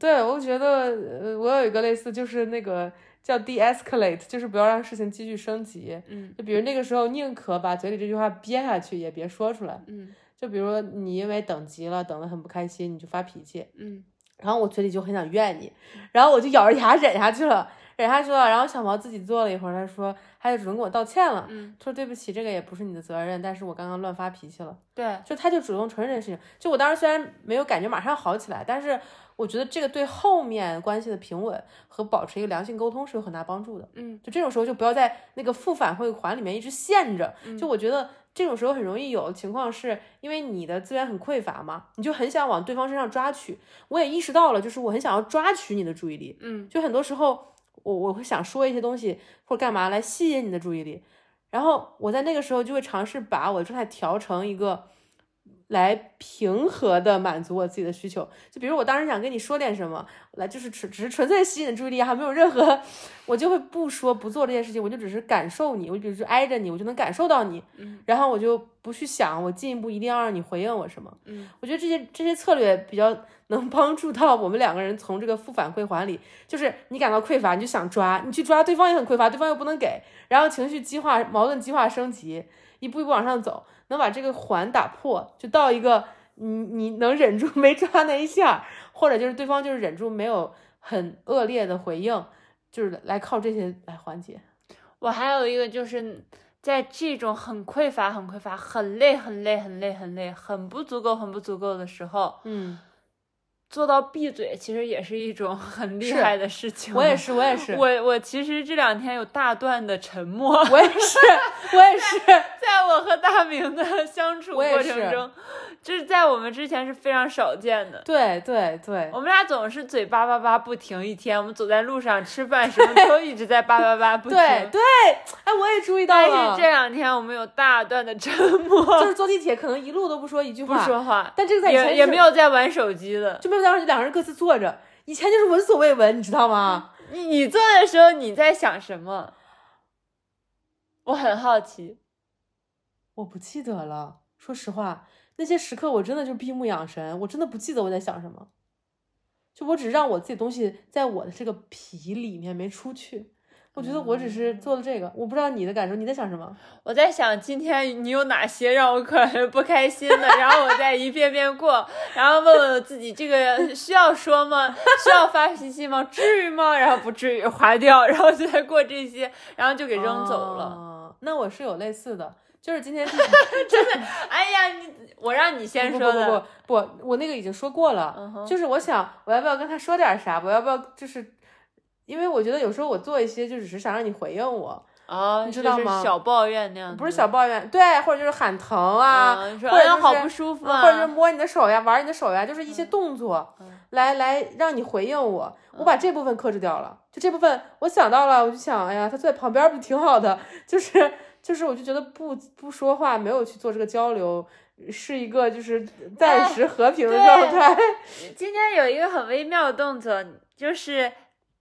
[SPEAKER 2] 对我觉得，呃，我有一个类似，就是那个叫 de-escalate，就是不要让事情继续升级。
[SPEAKER 1] 嗯
[SPEAKER 2] 就比如那个时候，宁可把嘴里这句话憋下去，也别说出来。
[SPEAKER 1] 嗯
[SPEAKER 2] 就比如说你因为等急了，等得很不开心，你就发脾气，
[SPEAKER 1] 嗯
[SPEAKER 2] 然后我嘴里就很想怨你，然后我就咬着牙忍下去了，忍下去了。然后小毛自己坐了一会儿，他说，他就主动跟我道歉了，
[SPEAKER 1] 嗯，
[SPEAKER 2] 说对不起，这个也不是你的责任，但是我刚刚乱发脾气了。
[SPEAKER 1] 对，
[SPEAKER 2] 就他就主动承认这件事情。就我当时虽然没有感觉马上好起来，但是我觉得这个对后面关系的平稳和保持一个良性沟通是有很大帮助的。
[SPEAKER 1] 嗯
[SPEAKER 2] 就这种时候就不要在那个负反馈环里面一直陷着。
[SPEAKER 1] 嗯
[SPEAKER 2] 就我觉得这种时候很容易有情况是因为你的资源很匮乏嘛，你就很想往对方身上抓取。我也意识到了，就是我很想要抓取你的注意力，
[SPEAKER 1] 嗯
[SPEAKER 2] 就很多时候我我会想说一些东西或者干嘛来吸引你的注意力，然后我在那个时候就会尝试把我的状态调成一个来平和的满足我自己的需求。就比如我当时想跟你说点什么，来就是纯只是纯粹吸引你的注意力，还没有任何， 我就会不说不做这件事情，我就只是感受你，我就只是挨着你，我就能感受到你，
[SPEAKER 1] 嗯
[SPEAKER 2] 然后我就不去想我进一步一定要让你回应我什么。
[SPEAKER 1] 嗯
[SPEAKER 2] 我觉得这些这些策略比较能帮助到我们两个人从这个负反馈环里，就是你感到匮乏，你就想抓，你去抓对方也很匮乏，对方又不能给，然后情绪激化，矛盾激化升级，一步一步往上走，能把这个环打破，就到一个你你能忍住没抓那一下，或者就是对方就是忍住没有很恶劣的回应，就是来靠这些来缓解。
[SPEAKER 1] 我还有一个就是。在这种很匮乏、很匮乏、很累、很累、很累、很累、很不足够、很不足够的时候，
[SPEAKER 2] 嗯，
[SPEAKER 1] 做到闭嘴，其实也是一种 很厉害的事情。
[SPEAKER 2] 我也，是，我也是，
[SPEAKER 1] 我我其实这两天有大段的沉默，
[SPEAKER 2] 我也是， 我也是。
[SPEAKER 1] 在我和大明的相处
[SPEAKER 2] 我也
[SPEAKER 1] 过
[SPEAKER 2] 是
[SPEAKER 1] 程中，就是在我们之前是非常少见的。
[SPEAKER 2] 对对对
[SPEAKER 1] 我，们俩总是嘴叭叭叭不停一天，我们走在路上、吃饭什么都一直在叭叭叭不停。
[SPEAKER 2] 对对，哎，我也注意到
[SPEAKER 1] 但
[SPEAKER 2] 了，
[SPEAKER 1] 是这两天我们有大段的沉
[SPEAKER 2] 就
[SPEAKER 1] 默，
[SPEAKER 2] 是坐地铁可能一路都不说一句
[SPEAKER 1] 不
[SPEAKER 2] 话，
[SPEAKER 1] 说话，
[SPEAKER 2] 但这个在以前
[SPEAKER 1] 也也
[SPEAKER 2] 是
[SPEAKER 1] 没有在玩手机的。
[SPEAKER 2] 就没有当时两个人各自坐着，以前就是闻所未闻，你知道吗？
[SPEAKER 1] 你你做的时候你在想什么？我很好奇。
[SPEAKER 2] 我不记得了，说实话，那些时刻我真的就闭目养神，我真的不记得我在想什么，就我只让我自己东西在我的这个皮里面没出去。我觉得我只
[SPEAKER 1] 嗯
[SPEAKER 2] 是做了这个，我不知道你的感受，你在想什么？
[SPEAKER 1] 我在想今天你有哪些让我可能不开心 的，然后我再一遍遍过，然后问问我自己，这个需要说 吗？需要发脾气吗？至于吗？然后不至于，划掉，然后就再过这些，然后就给扔走了。
[SPEAKER 2] 啊那我是有类似的，就 是今天
[SPEAKER 1] 哎呀，你我让你先
[SPEAKER 2] 不
[SPEAKER 1] 说的，
[SPEAKER 2] 不不不不，我那个已经说过了。
[SPEAKER 1] 嗯哼
[SPEAKER 2] 就是我想，我要不要跟他说点啥？我要不要就是，因为我觉得有时候我做一些就只是想让你回应我，
[SPEAKER 1] 啊，
[SPEAKER 2] 你知道
[SPEAKER 1] 就是
[SPEAKER 2] 吗
[SPEAKER 1] 小抱怨那样子，
[SPEAKER 2] 不是小抱怨，对，或者就是喊疼啊，
[SPEAKER 1] 嗯你说
[SPEAKER 2] 或者
[SPEAKER 1] 哎呀
[SPEAKER 2] 就是
[SPEAKER 1] 好不舒服啊，
[SPEAKER 2] 或者就是摸你的手呀，玩你的手呀，就是一些动作，
[SPEAKER 1] 嗯
[SPEAKER 2] 来来让你回应我。我把这部分克制掉了，就这部分我想到了，我就想，哎呀，他坐在旁边不挺好的？就是就是，我就觉得不不说话，没有去做这个交流，是一个就是暂时和平的
[SPEAKER 1] 哎对
[SPEAKER 2] 状 态。
[SPEAKER 1] 今天有一个很微妙的动作，就是，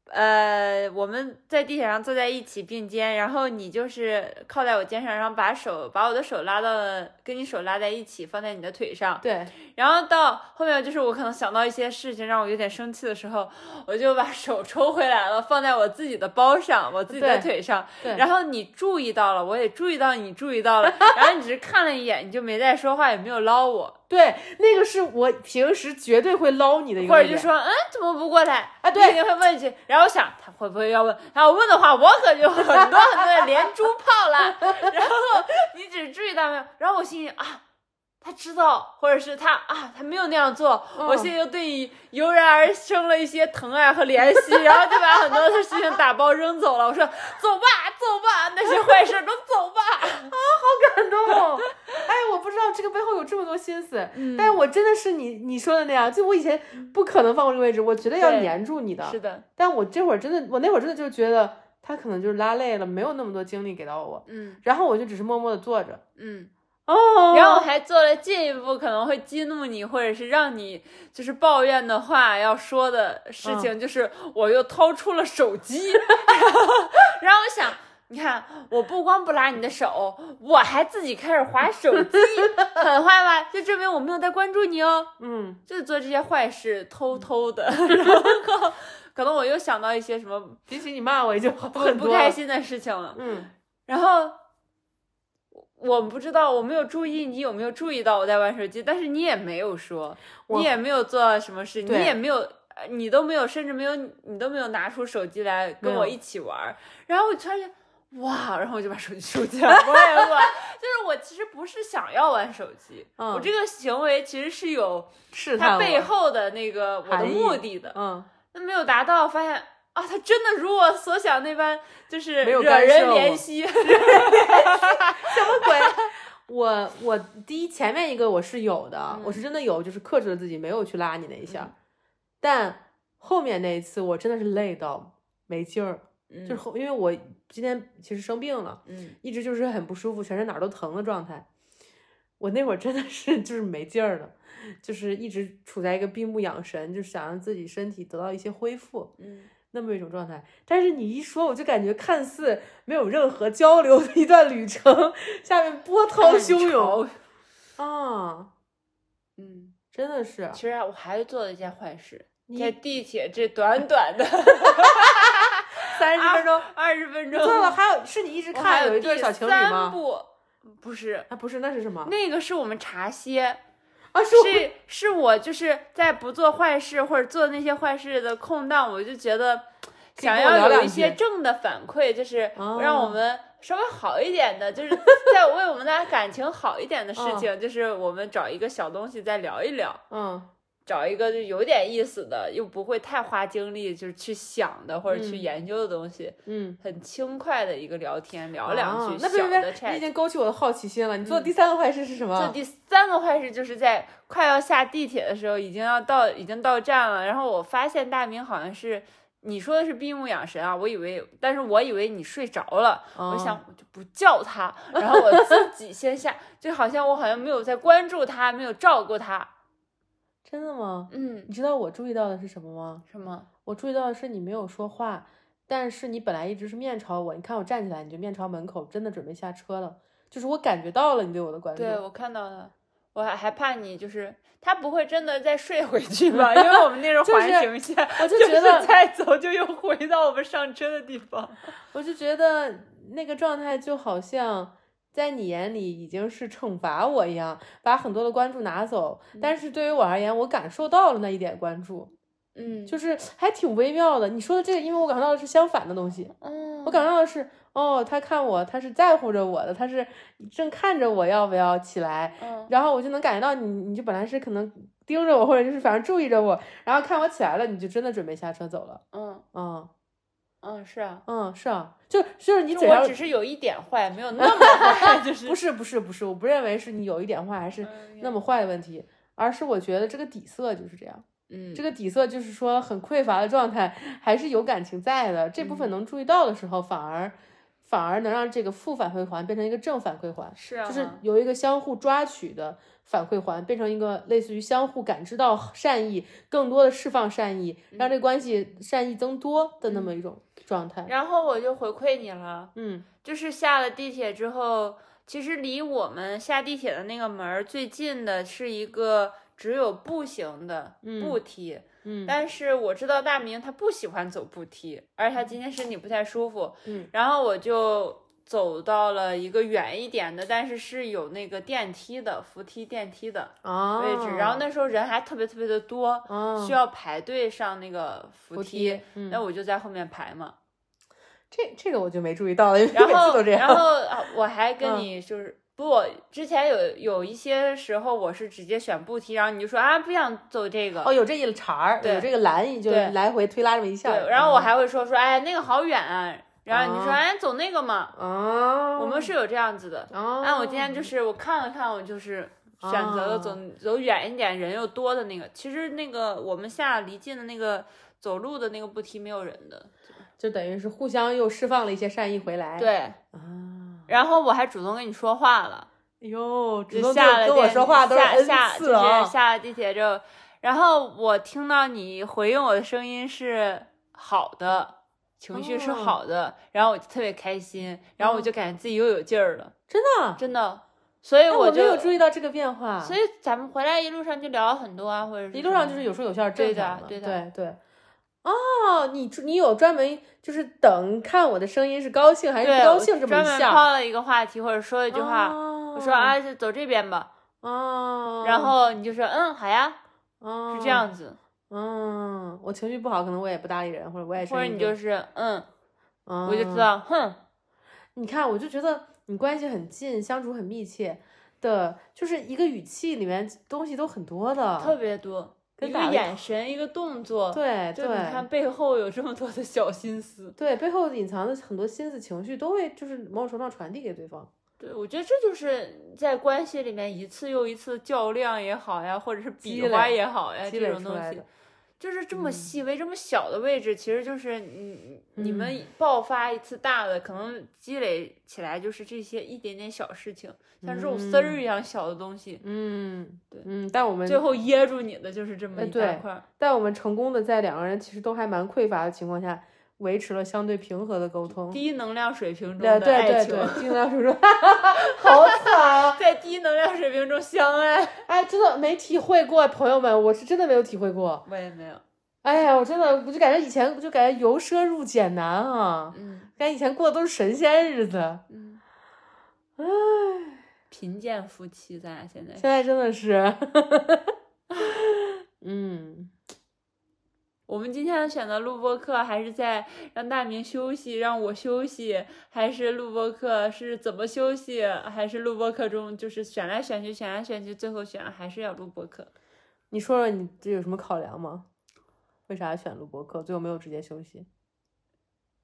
[SPEAKER 1] 呃，我们在地铁上坐在一起并肩，然后你就是靠在我肩上，然后把手把我的手拉到了，跟你手拉在一起，放在你的腿上。
[SPEAKER 2] 对，
[SPEAKER 1] 然后到后面就是我可能想到一些事情让我有点生气的时候，我就把手抽回来了，放在我自己的包上，我自己的
[SPEAKER 2] 对
[SPEAKER 1] 腿上。
[SPEAKER 2] 对
[SPEAKER 1] 然后你注意到了，我也注意到你注意到了， 然后你只是看了一眼，你就没再说话，也没有捞我，
[SPEAKER 2] 对，那个是我平时绝对会捞你的一个
[SPEAKER 1] 或者
[SPEAKER 2] 点
[SPEAKER 1] 就说嗯怎么不过来。
[SPEAKER 2] 啊，
[SPEAKER 1] 对，一
[SPEAKER 2] 对
[SPEAKER 1] 定会问一句，然后我想他会不会要问，然后问的话，我可就很多很多的连珠炮了。 然后你只注意到没有？然后我心里啊，他知道，或者是他啊，他没有那样做，我
[SPEAKER 2] 嗯
[SPEAKER 1] 心里就对你油然而生了一些疼爱和怜惜， 然后就把很多的事情打包扔走了。我说走吧，走吧，那些坏事儿都走吧。
[SPEAKER 2] 感动。 哎，我不知道这个背后有这么多心思，但是我真的是你你说的那样，就我以前不可能放过这个位置，我绝对要
[SPEAKER 1] 对
[SPEAKER 2] 粘住你的。
[SPEAKER 1] 是的，
[SPEAKER 2] 但我这会儿真的，我那会儿真的就觉得他可能就是拉累了，没有那么多精力给到我，
[SPEAKER 1] 嗯
[SPEAKER 2] 然后我就只是默默的坐着。
[SPEAKER 1] 嗯。
[SPEAKER 2] 哦
[SPEAKER 1] 然后还做了进一步可能会激怒你，或者是让你就是抱怨的话要说的事情，就是我又掏出了手机， 然后然后我想，你看，我不光不拉你的手，我还自己开始划手机，很坏吧？就证明我没有在关注你哦，
[SPEAKER 2] 嗯，
[SPEAKER 1] 就是做这些坏事，偷偷的，然后可能我又想到一些什么
[SPEAKER 2] 比起你骂我已经好很
[SPEAKER 1] 不
[SPEAKER 2] 多了
[SPEAKER 1] 开。心的事情了。
[SPEAKER 2] 嗯，
[SPEAKER 1] 然后我我不知道，我没有注意你有没有注意到我在玩手机，但是你也没有说，
[SPEAKER 2] 我
[SPEAKER 1] 你也没有做什么事，你
[SPEAKER 2] 对
[SPEAKER 1] 也没有，呃你都没有，甚至没有，你都没有拿出手机来跟
[SPEAKER 2] 没
[SPEAKER 1] 我
[SPEAKER 2] 有
[SPEAKER 1] 一起玩儿。然后我突然间。哇！然后我就把手机收 起来，我也玩，就是我其实不是想要玩手机，
[SPEAKER 2] 嗯
[SPEAKER 1] 我这个行为其实是有
[SPEAKER 2] 试探
[SPEAKER 1] 它
[SPEAKER 2] 我
[SPEAKER 1] 背，后的那个我的
[SPEAKER 2] 含义
[SPEAKER 1] 目的的，
[SPEAKER 2] 嗯，
[SPEAKER 1] 那没有达到，发现啊，他真的如我所想那般，就是
[SPEAKER 2] 没有
[SPEAKER 1] 惹
[SPEAKER 2] 干涉
[SPEAKER 1] 人
[SPEAKER 2] 我
[SPEAKER 1] 怜 惜。
[SPEAKER 2] 我我第一前面一个我是有的，我是真的有，就是克制了自己，没有去拉你那一下。但后面那一次，我真的是累到没劲儿，就是
[SPEAKER 1] 嗯
[SPEAKER 2] 后因为我今天其实生病了，
[SPEAKER 1] 嗯
[SPEAKER 2] 一直就是很不舒服，全身哪儿都疼的状态。我那会儿真的是 就是没劲儿了，就是一直处在一个闭目养神，就是想让自己身体得到一些恢复
[SPEAKER 1] 嗯，
[SPEAKER 2] 那么一种状态。但是你一说，我就感觉看似没有任何交流的一段旅程，下面波涛汹涌。啊，
[SPEAKER 1] 嗯，
[SPEAKER 2] 真的 是
[SPEAKER 1] 其实啊我还做了一件坏事，
[SPEAKER 2] 你
[SPEAKER 1] 在地铁这 短短的
[SPEAKER 2] 三十分钟。
[SPEAKER 1] 二十分钟，
[SPEAKER 2] 对了，还有是你一直
[SPEAKER 1] 啊我
[SPEAKER 2] 看
[SPEAKER 1] 还有
[SPEAKER 2] 有一对
[SPEAKER 1] 第
[SPEAKER 2] 小情侣
[SPEAKER 1] 三
[SPEAKER 2] 吗？
[SPEAKER 1] 部不是，
[SPEAKER 2] 啊，不是，那是什么？
[SPEAKER 1] 那个是我们茶歇，
[SPEAKER 2] 啊，是我
[SPEAKER 1] 是是我就是在不做坏事或者做那些坏事的空档，我就觉得
[SPEAKER 2] 可以跟
[SPEAKER 1] 想
[SPEAKER 2] 我
[SPEAKER 1] 要
[SPEAKER 2] 聊
[SPEAKER 1] 有
[SPEAKER 2] 两
[SPEAKER 1] 一些
[SPEAKER 2] 句
[SPEAKER 1] 正的反馈，就是
[SPEAKER 2] 哦
[SPEAKER 1] 让我们稍微好一点的，就是在为我们的感情好一点的事情，就是我们找一个小东西再聊一聊。
[SPEAKER 2] 嗯
[SPEAKER 1] 找一个就有点意思的，又不会太花精力，就是去想的或者去
[SPEAKER 2] 嗯
[SPEAKER 1] 研究的东西，
[SPEAKER 2] 嗯，
[SPEAKER 1] 很轻快的一个聊天，聊
[SPEAKER 2] 啊
[SPEAKER 1] 两句、
[SPEAKER 2] 那
[SPEAKER 1] 小
[SPEAKER 2] 别
[SPEAKER 1] 的
[SPEAKER 2] 别别，你已
[SPEAKER 1] chat。
[SPEAKER 2] 经勾起我的好奇心了。你做的第三个坏事是什
[SPEAKER 1] 这
[SPEAKER 2] 么？
[SPEAKER 1] 第三个坏事就是在快要下地铁的时候，已经要到已经到站了，然后我发现大明好像是你说的是闭目养神啊，我以为，但是我以为你睡着了，我
[SPEAKER 2] 嗯
[SPEAKER 1] 想我就不叫他，然后我自己先下，就好像我好像没有在关注他，没有照顾他，
[SPEAKER 2] 真的吗？
[SPEAKER 1] 嗯，
[SPEAKER 2] 你知道我注意到的是什么吗？
[SPEAKER 1] 什么？
[SPEAKER 2] 我注意到的是你没有说话，但是你本来一直是面朝我，你看我站起来，你就面朝门口，真的准备下车了。就是我感觉到了你对我的关注。
[SPEAKER 1] 对我看到了，我还还怕你就是他不会真的再睡回去吧？因为我们那时候
[SPEAKER 2] 就是
[SPEAKER 1] 环形线，
[SPEAKER 2] 我就
[SPEAKER 1] 就
[SPEAKER 2] 觉
[SPEAKER 1] 是
[SPEAKER 2] 得，
[SPEAKER 1] 再走就又回到我们上车的地方。
[SPEAKER 2] 我就觉得那个状态就好像在你眼里已经是惩罚我一样，把很多的关注拿走。但是对于我而言，我感受到了那一点关注，
[SPEAKER 1] 嗯，
[SPEAKER 2] 就是还挺微妙的。你说的这个，因为我感受到的是相反的东西，
[SPEAKER 1] 嗯，
[SPEAKER 2] 我感受到的是。哦，他看我，他是在乎着我的，他是正看着我要不要起来，
[SPEAKER 1] 嗯
[SPEAKER 2] 然后我就能感觉到你，你就本来是可能盯着我，或者就是反正注意着我，然后看我起来了，你就真的准备下车走了。
[SPEAKER 1] 嗯
[SPEAKER 2] 嗯
[SPEAKER 1] 嗯，是啊，
[SPEAKER 2] 嗯，是啊，就就是你
[SPEAKER 1] 就
[SPEAKER 2] 嘴
[SPEAKER 1] 我
[SPEAKER 2] 上
[SPEAKER 1] 只是有一点坏， 没有那么坏，就是
[SPEAKER 2] 不是不是不是，我不认为是你有一点坏还
[SPEAKER 1] 嗯
[SPEAKER 2] 是那么坏的问题，而是我觉得这个底色就是这样，
[SPEAKER 1] 嗯，
[SPEAKER 2] 这个底色就是说很匮乏的状态，还是有感情在的。这部
[SPEAKER 1] 嗯
[SPEAKER 2] 分能注意到的时候，反而反而能让这个负反馈环变成一个正反馈环。
[SPEAKER 1] 是啊，
[SPEAKER 2] 就是由一个相互抓取的反馈环，变成一个类似于相互感知到善意，更多的释放善意，让这
[SPEAKER 1] 嗯
[SPEAKER 2] 个关系善意增多的那么一种状态。
[SPEAKER 1] 然后我就回馈你了，
[SPEAKER 2] 嗯
[SPEAKER 1] 就是下了地铁之后，其实离我们下地铁的那个门儿最近的是一个只有步行的
[SPEAKER 2] 嗯
[SPEAKER 1] 步梯，
[SPEAKER 2] 嗯
[SPEAKER 1] 但是我知道大明他不喜欢走步梯，而且他今天身体不太舒服，
[SPEAKER 2] 嗯，
[SPEAKER 1] 然后我就走到了一个远一点的，但是是有那个电梯的扶梯电梯的
[SPEAKER 2] 啊
[SPEAKER 1] 哦位置，然后那时候嗯人还特别特别的多，
[SPEAKER 2] 啊
[SPEAKER 1] 需要排队上那个扶
[SPEAKER 2] 扶梯，嗯，
[SPEAKER 1] 那我就在后面排嘛。
[SPEAKER 2] 这这个我就没注意到了，因为
[SPEAKER 1] 然
[SPEAKER 2] 每次
[SPEAKER 1] 后，
[SPEAKER 2] 都这样。
[SPEAKER 1] 然后啊我还跟
[SPEAKER 2] 嗯
[SPEAKER 1] 你就是、不，我之前有有一些时候我是直接选步梯，然后你就说啊不想走这个，
[SPEAKER 2] 哦，有这一茬儿，
[SPEAKER 1] 对
[SPEAKER 2] 有这个蓝意，就
[SPEAKER 1] 对
[SPEAKER 2] 是来回推拉这么一下儿。
[SPEAKER 1] 对，然后我
[SPEAKER 2] 嗯
[SPEAKER 1] 还会说说哎那个好远啊，然后你说、
[SPEAKER 2] 哦
[SPEAKER 1] 哎走那个嘛，
[SPEAKER 2] 啊，
[SPEAKER 1] 我们是有这样子的。
[SPEAKER 2] 啊，
[SPEAKER 1] 但我今天就是我看了看，我就是
[SPEAKER 2] 哦
[SPEAKER 1] 选择了走、走远一点，人又多的那个。其实那个我们下离近的那个走路的那个步梯没有人的，
[SPEAKER 2] 就等于是互相又释放了一些善意回来。
[SPEAKER 1] 对。
[SPEAKER 2] 啊，
[SPEAKER 1] 然后我还主动跟你说话了。
[SPEAKER 2] 哎呦，主
[SPEAKER 1] 就
[SPEAKER 2] 动
[SPEAKER 1] 下了
[SPEAKER 2] 跟我
[SPEAKER 1] 电
[SPEAKER 2] 说话都是
[SPEAKER 1] 下
[SPEAKER 2] N
[SPEAKER 1] 下
[SPEAKER 2] 次啊，
[SPEAKER 1] 就是下了地铁之后，然后我听到你回应我的声音是好的，情绪是
[SPEAKER 2] 哦嗯
[SPEAKER 1] 好的，然后我就特别开心，然后我就感觉自己又有劲儿了，
[SPEAKER 2] 真的啊。
[SPEAKER 1] 真的，所以
[SPEAKER 2] 那哎我
[SPEAKER 1] 就
[SPEAKER 2] 没有注意到这个变化，
[SPEAKER 1] 所以咱们回来一路上就聊了很多啊，或者
[SPEAKER 2] 一路上就是
[SPEAKER 1] 有
[SPEAKER 2] 有说有笑是正常
[SPEAKER 1] 对
[SPEAKER 2] 对
[SPEAKER 1] 的对
[SPEAKER 2] 对对。哦，你你有专门就是等看我的声音是高兴还是
[SPEAKER 1] 对
[SPEAKER 2] 不高兴这
[SPEAKER 1] 我
[SPEAKER 2] 么
[SPEAKER 1] 专
[SPEAKER 2] 一
[SPEAKER 1] 门
[SPEAKER 2] 项
[SPEAKER 1] 抛了一个话题或者说了一
[SPEAKER 2] 一
[SPEAKER 1] 句话，我说啊就走这边吧，
[SPEAKER 2] 哦，
[SPEAKER 1] 然后你就说嗯好呀，
[SPEAKER 2] 哦
[SPEAKER 1] 是这，样子，
[SPEAKER 2] 嗯，我情绪不好，可能我也不搭理人，或者我也
[SPEAKER 1] 或者你就，是嗯，
[SPEAKER 2] 我
[SPEAKER 1] 我就知，道哼，
[SPEAKER 2] 你看我就觉得你关系很近，相处很密切的，就是一个语气里面东西都很多的，
[SPEAKER 1] 特别多，哦
[SPEAKER 2] 跟
[SPEAKER 1] 一
[SPEAKER 2] 打
[SPEAKER 1] 个
[SPEAKER 2] 了
[SPEAKER 1] 眼神，一个动作，
[SPEAKER 2] 对
[SPEAKER 1] 就你看
[SPEAKER 2] 对
[SPEAKER 1] 背后有这么多的小心思。
[SPEAKER 2] 对，背后隐藏的很多心思情绪都会就是某种程度上传递给对方。
[SPEAKER 1] 对，我觉得这就是在关系里面一次又一次较量也好呀，或者是比
[SPEAKER 2] 积
[SPEAKER 1] 划
[SPEAKER 2] 累
[SPEAKER 1] 也好呀，
[SPEAKER 2] 积
[SPEAKER 1] 哎这
[SPEAKER 2] 累
[SPEAKER 1] 种
[SPEAKER 2] 出
[SPEAKER 1] 东
[SPEAKER 2] 来
[SPEAKER 1] 西
[SPEAKER 2] 的，
[SPEAKER 1] 就是这
[SPEAKER 2] 嗯
[SPEAKER 1] 么细微、这么小的位置，其实就是你你
[SPEAKER 2] 嗯
[SPEAKER 1] 们爆发一次大的，可能积累起来就是这些一点点小事情，像肉丝儿一样小的东西，
[SPEAKER 2] 嗯，
[SPEAKER 1] 对
[SPEAKER 2] 嗯，但我们
[SPEAKER 1] 最后噎住你的就是这么
[SPEAKER 2] 哎
[SPEAKER 1] 一大
[SPEAKER 2] 对
[SPEAKER 1] 块儿。
[SPEAKER 2] 但我们成功的在两个人其实都还蛮匮乏的情况下，维持了相对平和的沟通。
[SPEAKER 1] 低能量水平中
[SPEAKER 2] 对
[SPEAKER 1] 的
[SPEAKER 2] 呃对
[SPEAKER 1] 爱
[SPEAKER 2] 对
[SPEAKER 1] 情，
[SPEAKER 2] 对，经常 是说，好惨啊！
[SPEAKER 1] 在低能量水平中相爱。
[SPEAKER 2] 哎，真的没体会过，朋友们，我是真的没有体会过。
[SPEAKER 1] 我也没有，
[SPEAKER 2] 哎呀，我真的，我就感觉以前就感觉由奢入俭难啊，
[SPEAKER 1] 嗯
[SPEAKER 2] 感觉以前过的都是神仙日子，
[SPEAKER 1] 嗯，贫贱夫妻，咱俩现在
[SPEAKER 2] 现在真的是， 嗯，
[SPEAKER 1] 我们今天选择录播课，还是在让大明休息，让我休息，还是录播课是怎么休息，还是录播课中就是选来选去，选来选去，最后选还是要录播课。
[SPEAKER 2] 你说说你这有什么考量吗？为啥选录播课？最后没有直接休息？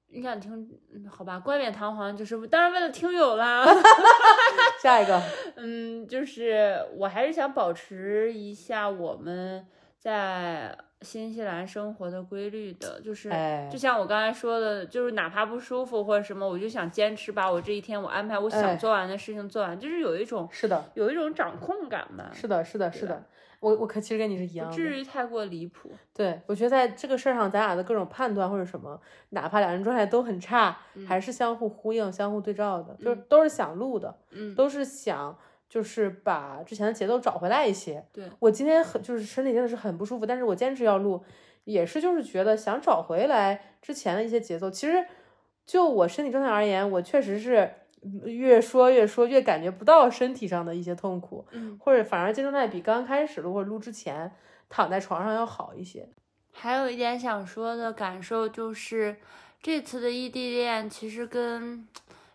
[SPEAKER 1] 你想听？嗯好吧，冠冕堂皇就是，当然为了听友啦。
[SPEAKER 2] 下一个，
[SPEAKER 1] 嗯，就是我还是想保持一下我们在新西兰生活的规律的，就是
[SPEAKER 2] 哎
[SPEAKER 1] 就像我刚才说的，就是哪怕不舒服或者什么，我就想坚持把我这一天我安排我
[SPEAKER 2] 哎
[SPEAKER 1] 想做完的事情做完，就是有一种
[SPEAKER 2] 是的，
[SPEAKER 1] 有一种掌控感吧，
[SPEAKER 2] 是的，是的，是的，我我可其实跟你是一样
[SPEAKER 1] 啊不
[SPEAKER 2] 的，
[SPEAKER 1] 至于太过离谱。
[SPEAKER 2] 对，我觉得在这个事儿上，咱俩的各种判断或者什么，哪怕两人状态都很差，还是相互呼应、相互对照的，就是都是想录的，
[SPEAKER 1] 嗯
[SPEAKER 2] 都是想就是把之前的节奏找回来一些。
[SPEAKER 1] 对
[SPEAKER 2] 我今天很就是身体真的是很不舒服，但是我坚持要录，也是就是觉得想找回来之前的一些节奏。其实就我身体状态而言，我确实是越说越说越感觉不到身体上的一些痛苦，
[SPEAKER 1] 嗯，
[SPEAKER 2] 或者反而精神状态比刚开始录或者录之前躺在床上要好一些。
[SPEAKER 1] 还有一点想说的感受就是，这次的异地恋其实跟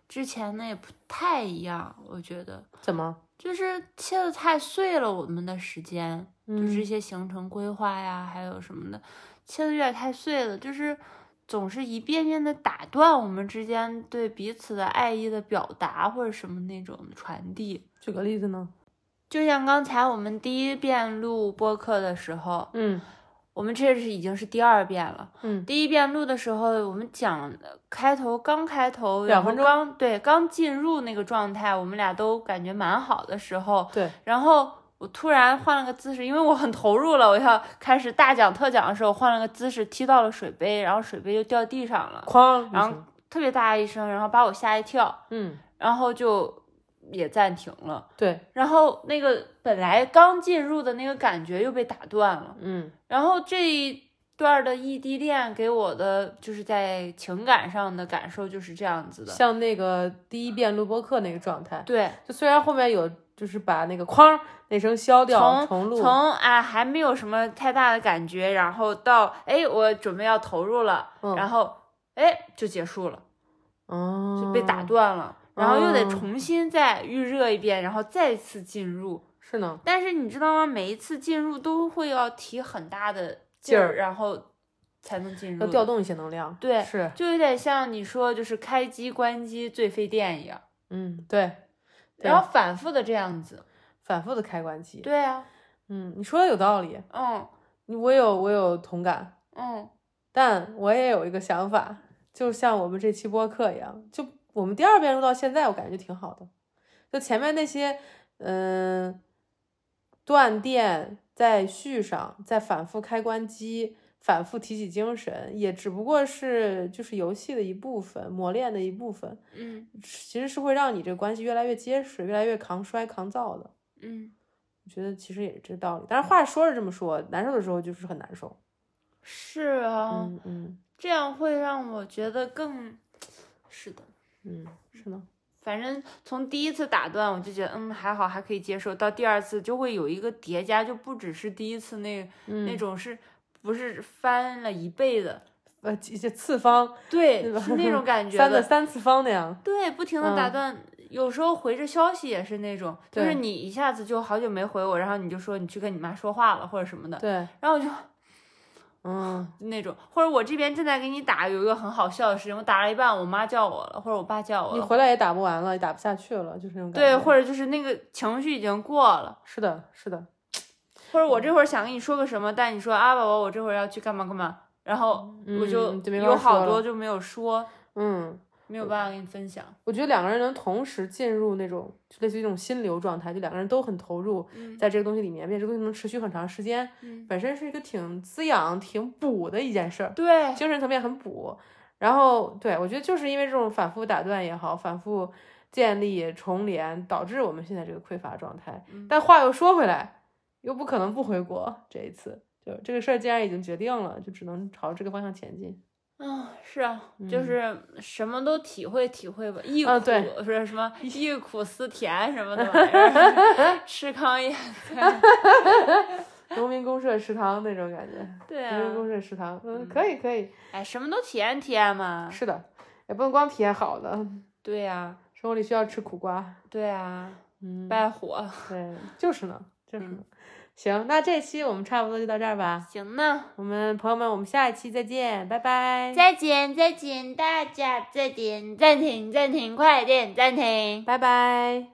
[SPEAKER 1] 之前的也不太一样，我觉得
[SPEAKER 2] 怎么？
[SPEAKER 1] 就是切的太碎了，我们的时间。
[SPEAKER 2] 嗯
[SPEAKER 1] 就是一些行程规划呀，还有什么的，切的有点太碎了，就是总是一遍遍的打断我们之间对彼此的爱意的表达或者什么那种传递。
[SPEAKER 2] 举个例子呢？
[SPEAKER 1] 就像刚才我们第一遍录播客的时候，
[SPEAKER 2] 嗯
[SPEAKER 1] 我们这是已经是第二遍了。
[SPEAKER 2] 嗯
[SPEAKER 1] 第一遍录的时候，我们讲的开头刚开头，然
[SPEAKER 2] 两
[SPEAKER 1] 后
[SPEAKER 2] 分钟
[SPEAKER 1] 刚对刚进入那个状态，我们俩都感觉蛮好的时候，
[SPEAKER 2] 对，
[SPEAKER 1] 然后我突然换了个姿势，因为我很投入了，我要开始大讲特讲的时候，换了个姿势踢到了水杯，然后水杯就掉地上了，
[SPEAKER 2] 哐，
[SPEAKER 1] 然后特别大一声，然后把我吓一跳，
[SPEAKER 2] 嗯，
[SPEAKER 1] 然后就也暂停了。
[SPEAKER 2] 对，
[SPEAKER 1] 然后那个本来刚进入的那个感觉又被打断了，
[SPEAKER 2] 嗯
[SPEAKER 1] 然后这一段的异地恋给我的就是在情感上的感受就是这样子的，
[SPEAKER 2] 嗯像那个第一遍录播课那个状态，
[SPEAKER 1] 对，
[SPEAKER 2] 就虽然后面有就是把那个哐儿那声消掉，
[SPEAKER 1] 从
[SPEAKER 2] 重录，
[SPEAKER 1] 从啊还没有什么太大的感觉，然后到哎我准备要投入了，
[SPEAKER 2] 嗯
[SPEAKER 1] 然后哎就结束了，
[SPEAKER 2] 哦，
[SPEAKER 1] 就被打断了，然后又
[SPEAKER 2] 嗯
[SPEAKER 1] 得重新再预热一遍，然后再次进入。
[SPEAKER 2] 是呢，
[SPEAKER 1] 但是你知道吗？每一次进入都会要提很大的
[SPEAKER 2] 劲
[SPEAKER 1] 劲
[SPEAKER 2] 儿
[SPEAKER 1] 儿，然后才能进入
[SPEAKER 2] 要
[SPEAKER 1] 的，
[SPEAKER 2] 调动一些能量，
[SPEAKER 1] 对
[SPEAKER 2] 是，
[SPEAKER 1] 就有点像你说就是开机关机最费电一样，
[SPEAKER 2] 嗯，对，对
[SPEAKER 1] 然后反复的这样子。
[SPEAKER 2] 反复的开关机，
[SPEAKER 1] 对啊，
[SPEAKER 2] 嗯，你说的有道理，
[SPEAKER 1] 嗯
[SPEAKER 2] 你我有我有同感，
[SPEAKER 1] 嗯，
[SPEAKER 2] 但我也有一个想法，就像我们这期播客一样，就我们第二遍录到现在，我感觉挺好的。就前面那些，嗯、断电再续上，再反复开关机，反复提起精神，也只不过是就是游戏的一部分，磨练的一部分，
[SPEAKER 1] 嗯
[SPEAKER 2] 其实是会让你这个关系越来越结实，越来越抗摔抗造的。
[SPEAKER 1] 嗯，
[SPEAKER 2] 我觉得其实也是这个道理，但是话说是这么说，难受的时候就是很难受。
[SPEAKER 1] 是啊，
[SPEAKER 2] 嗯嗯
[SPEAKER 1] 这样会让我觉得更，是的。
[SPEAKER 2] 嗯，是呢。
[SPEAKER 1] 反正从第一次打断，我就觉得嗯还好，还可以接受。到第二次就会有一个叠加，就不只是第一次那、
[SPEAKER 2] 嗯
[SPEAKER 1] 那种是不是翻了一倍的，
[SPEAKER 2] 呃，几这次方
[SPEAKER 1] 对，
[SPEAKER 2] 对吧
[SPEAKER 1] 是那种 感觉
[SPEAKER 2] 三个
[SPEAKER 1] 的。
[SPEAKER 2] 三次方那样。
[SPEAKER 1] 对，不停的打
[SPEAKER 2] 嗯
[SPEAKER 1] 断，有时候回着消息也是那种，就是
[SPEAKER 2] 对
[SPEAKER 1] 你一下子就好久没回我，然后你就说你去跟你妈说话了或者什么的，
[SPEAKER 2] 对，
[SPEAKER 1] 然后我就
[SPEAKER 2] 嗯，
[SPEAKER 1] 那种，或者我这边正在给你打，有一个很好笑的事情，我打了一半，我妈叫我了，或者我爸叫我
[SPEAKER 2] 你
[SPEAKER 1] 了，
[SPEAKER 2] 回来也打不完了，也打不下去了，就是那种感
[SPEAKER 1] 对，
[SPEAKER 2] 觉。
[SPEAKER 1] 或者就是那个情绪已经过了，
[SPEAKER 2] 是的，是的，
[SPEAKER 1] 或者
[SPEAKER 2] 哦
[SPEAKER 1] 我这会儿想跟你说个什么，但你说啊，宝宝，我这会儿要去干嘛干嘛，然后我就
[SPEAKER 2] 嗯就没法
[SPEAKER 1] 有好
[SPEAKER 2] 说
[SPEAKER 1] 多
[SPEAKER 2] 了
[SPEAKER 1] 就没有说，
[SPEAKER 2] 嗯，
[SPEAKER 1] 没有办法跟你分享。
[SPEAKER 2] 我觉得两个人能同时进入那种就类似于一种心流状态，就两个人都很投入
[SPEAKER 1] 嗯
[SPEAKER 2] 在这个东西里面，并且这个东西能持续很长时间，
[SPEAKER 1] 嗯，
[SPEAKER 2] 本身是一个挺滋养、挺补的一件事儿，
[SPEAKER 1] 对，
[SPEAKER 2] 精神层面很补。然后，对我觉得就是因为这种反复打断也好，反复建立重连，导致我们现在这个匮乏状态。
[SPEAKER 1] 嗯
[SPEAKER 2] 但话又说回来，又不可能不回国。这一次，就这个事儿既然已经决定了，就只能朝这个方向前进。
[SPEAKER 1] 嗯，是啊，就是什么都体会体会 吧，忆苦、
[SPEAKER 2] 啊对
[SPEAKER 1] 不是什 么忆苦思甜什么的玩意儿，吃糠咽菜，
[SPEAKER 2] 农民公社食堂那种感 觉，
[SPEAKER 1] 对啊
[SPEAKER 2] 农，民公社食堂，嗯，可以可以，
[SPEAKER 1] 哎，什么都体验体验嘛，
[SPEAKER 2] 是的，也不能光体验好的，
[SPEAKER 1] 对呀、
[SPEAKER 2] 生活里需要吃苦瓜。
[SPEAKER 1] 对呀、
[SPEAKER 2] 嗯，
[SPEAKER 1] 败火，
[SPEAKER 2] 对，就是呢，就是呢。行，那这期我们差不多就到这儿吧。
[SPEAKER 1] 行呢。
[SPEAKER 2] 我们朋友们，我们下一期再见，拜拜，
[SPEAKER 1] 再见，再见，大家再见，暂停，暂停，快点暂停。
[SPEAKER 2] 拜拜。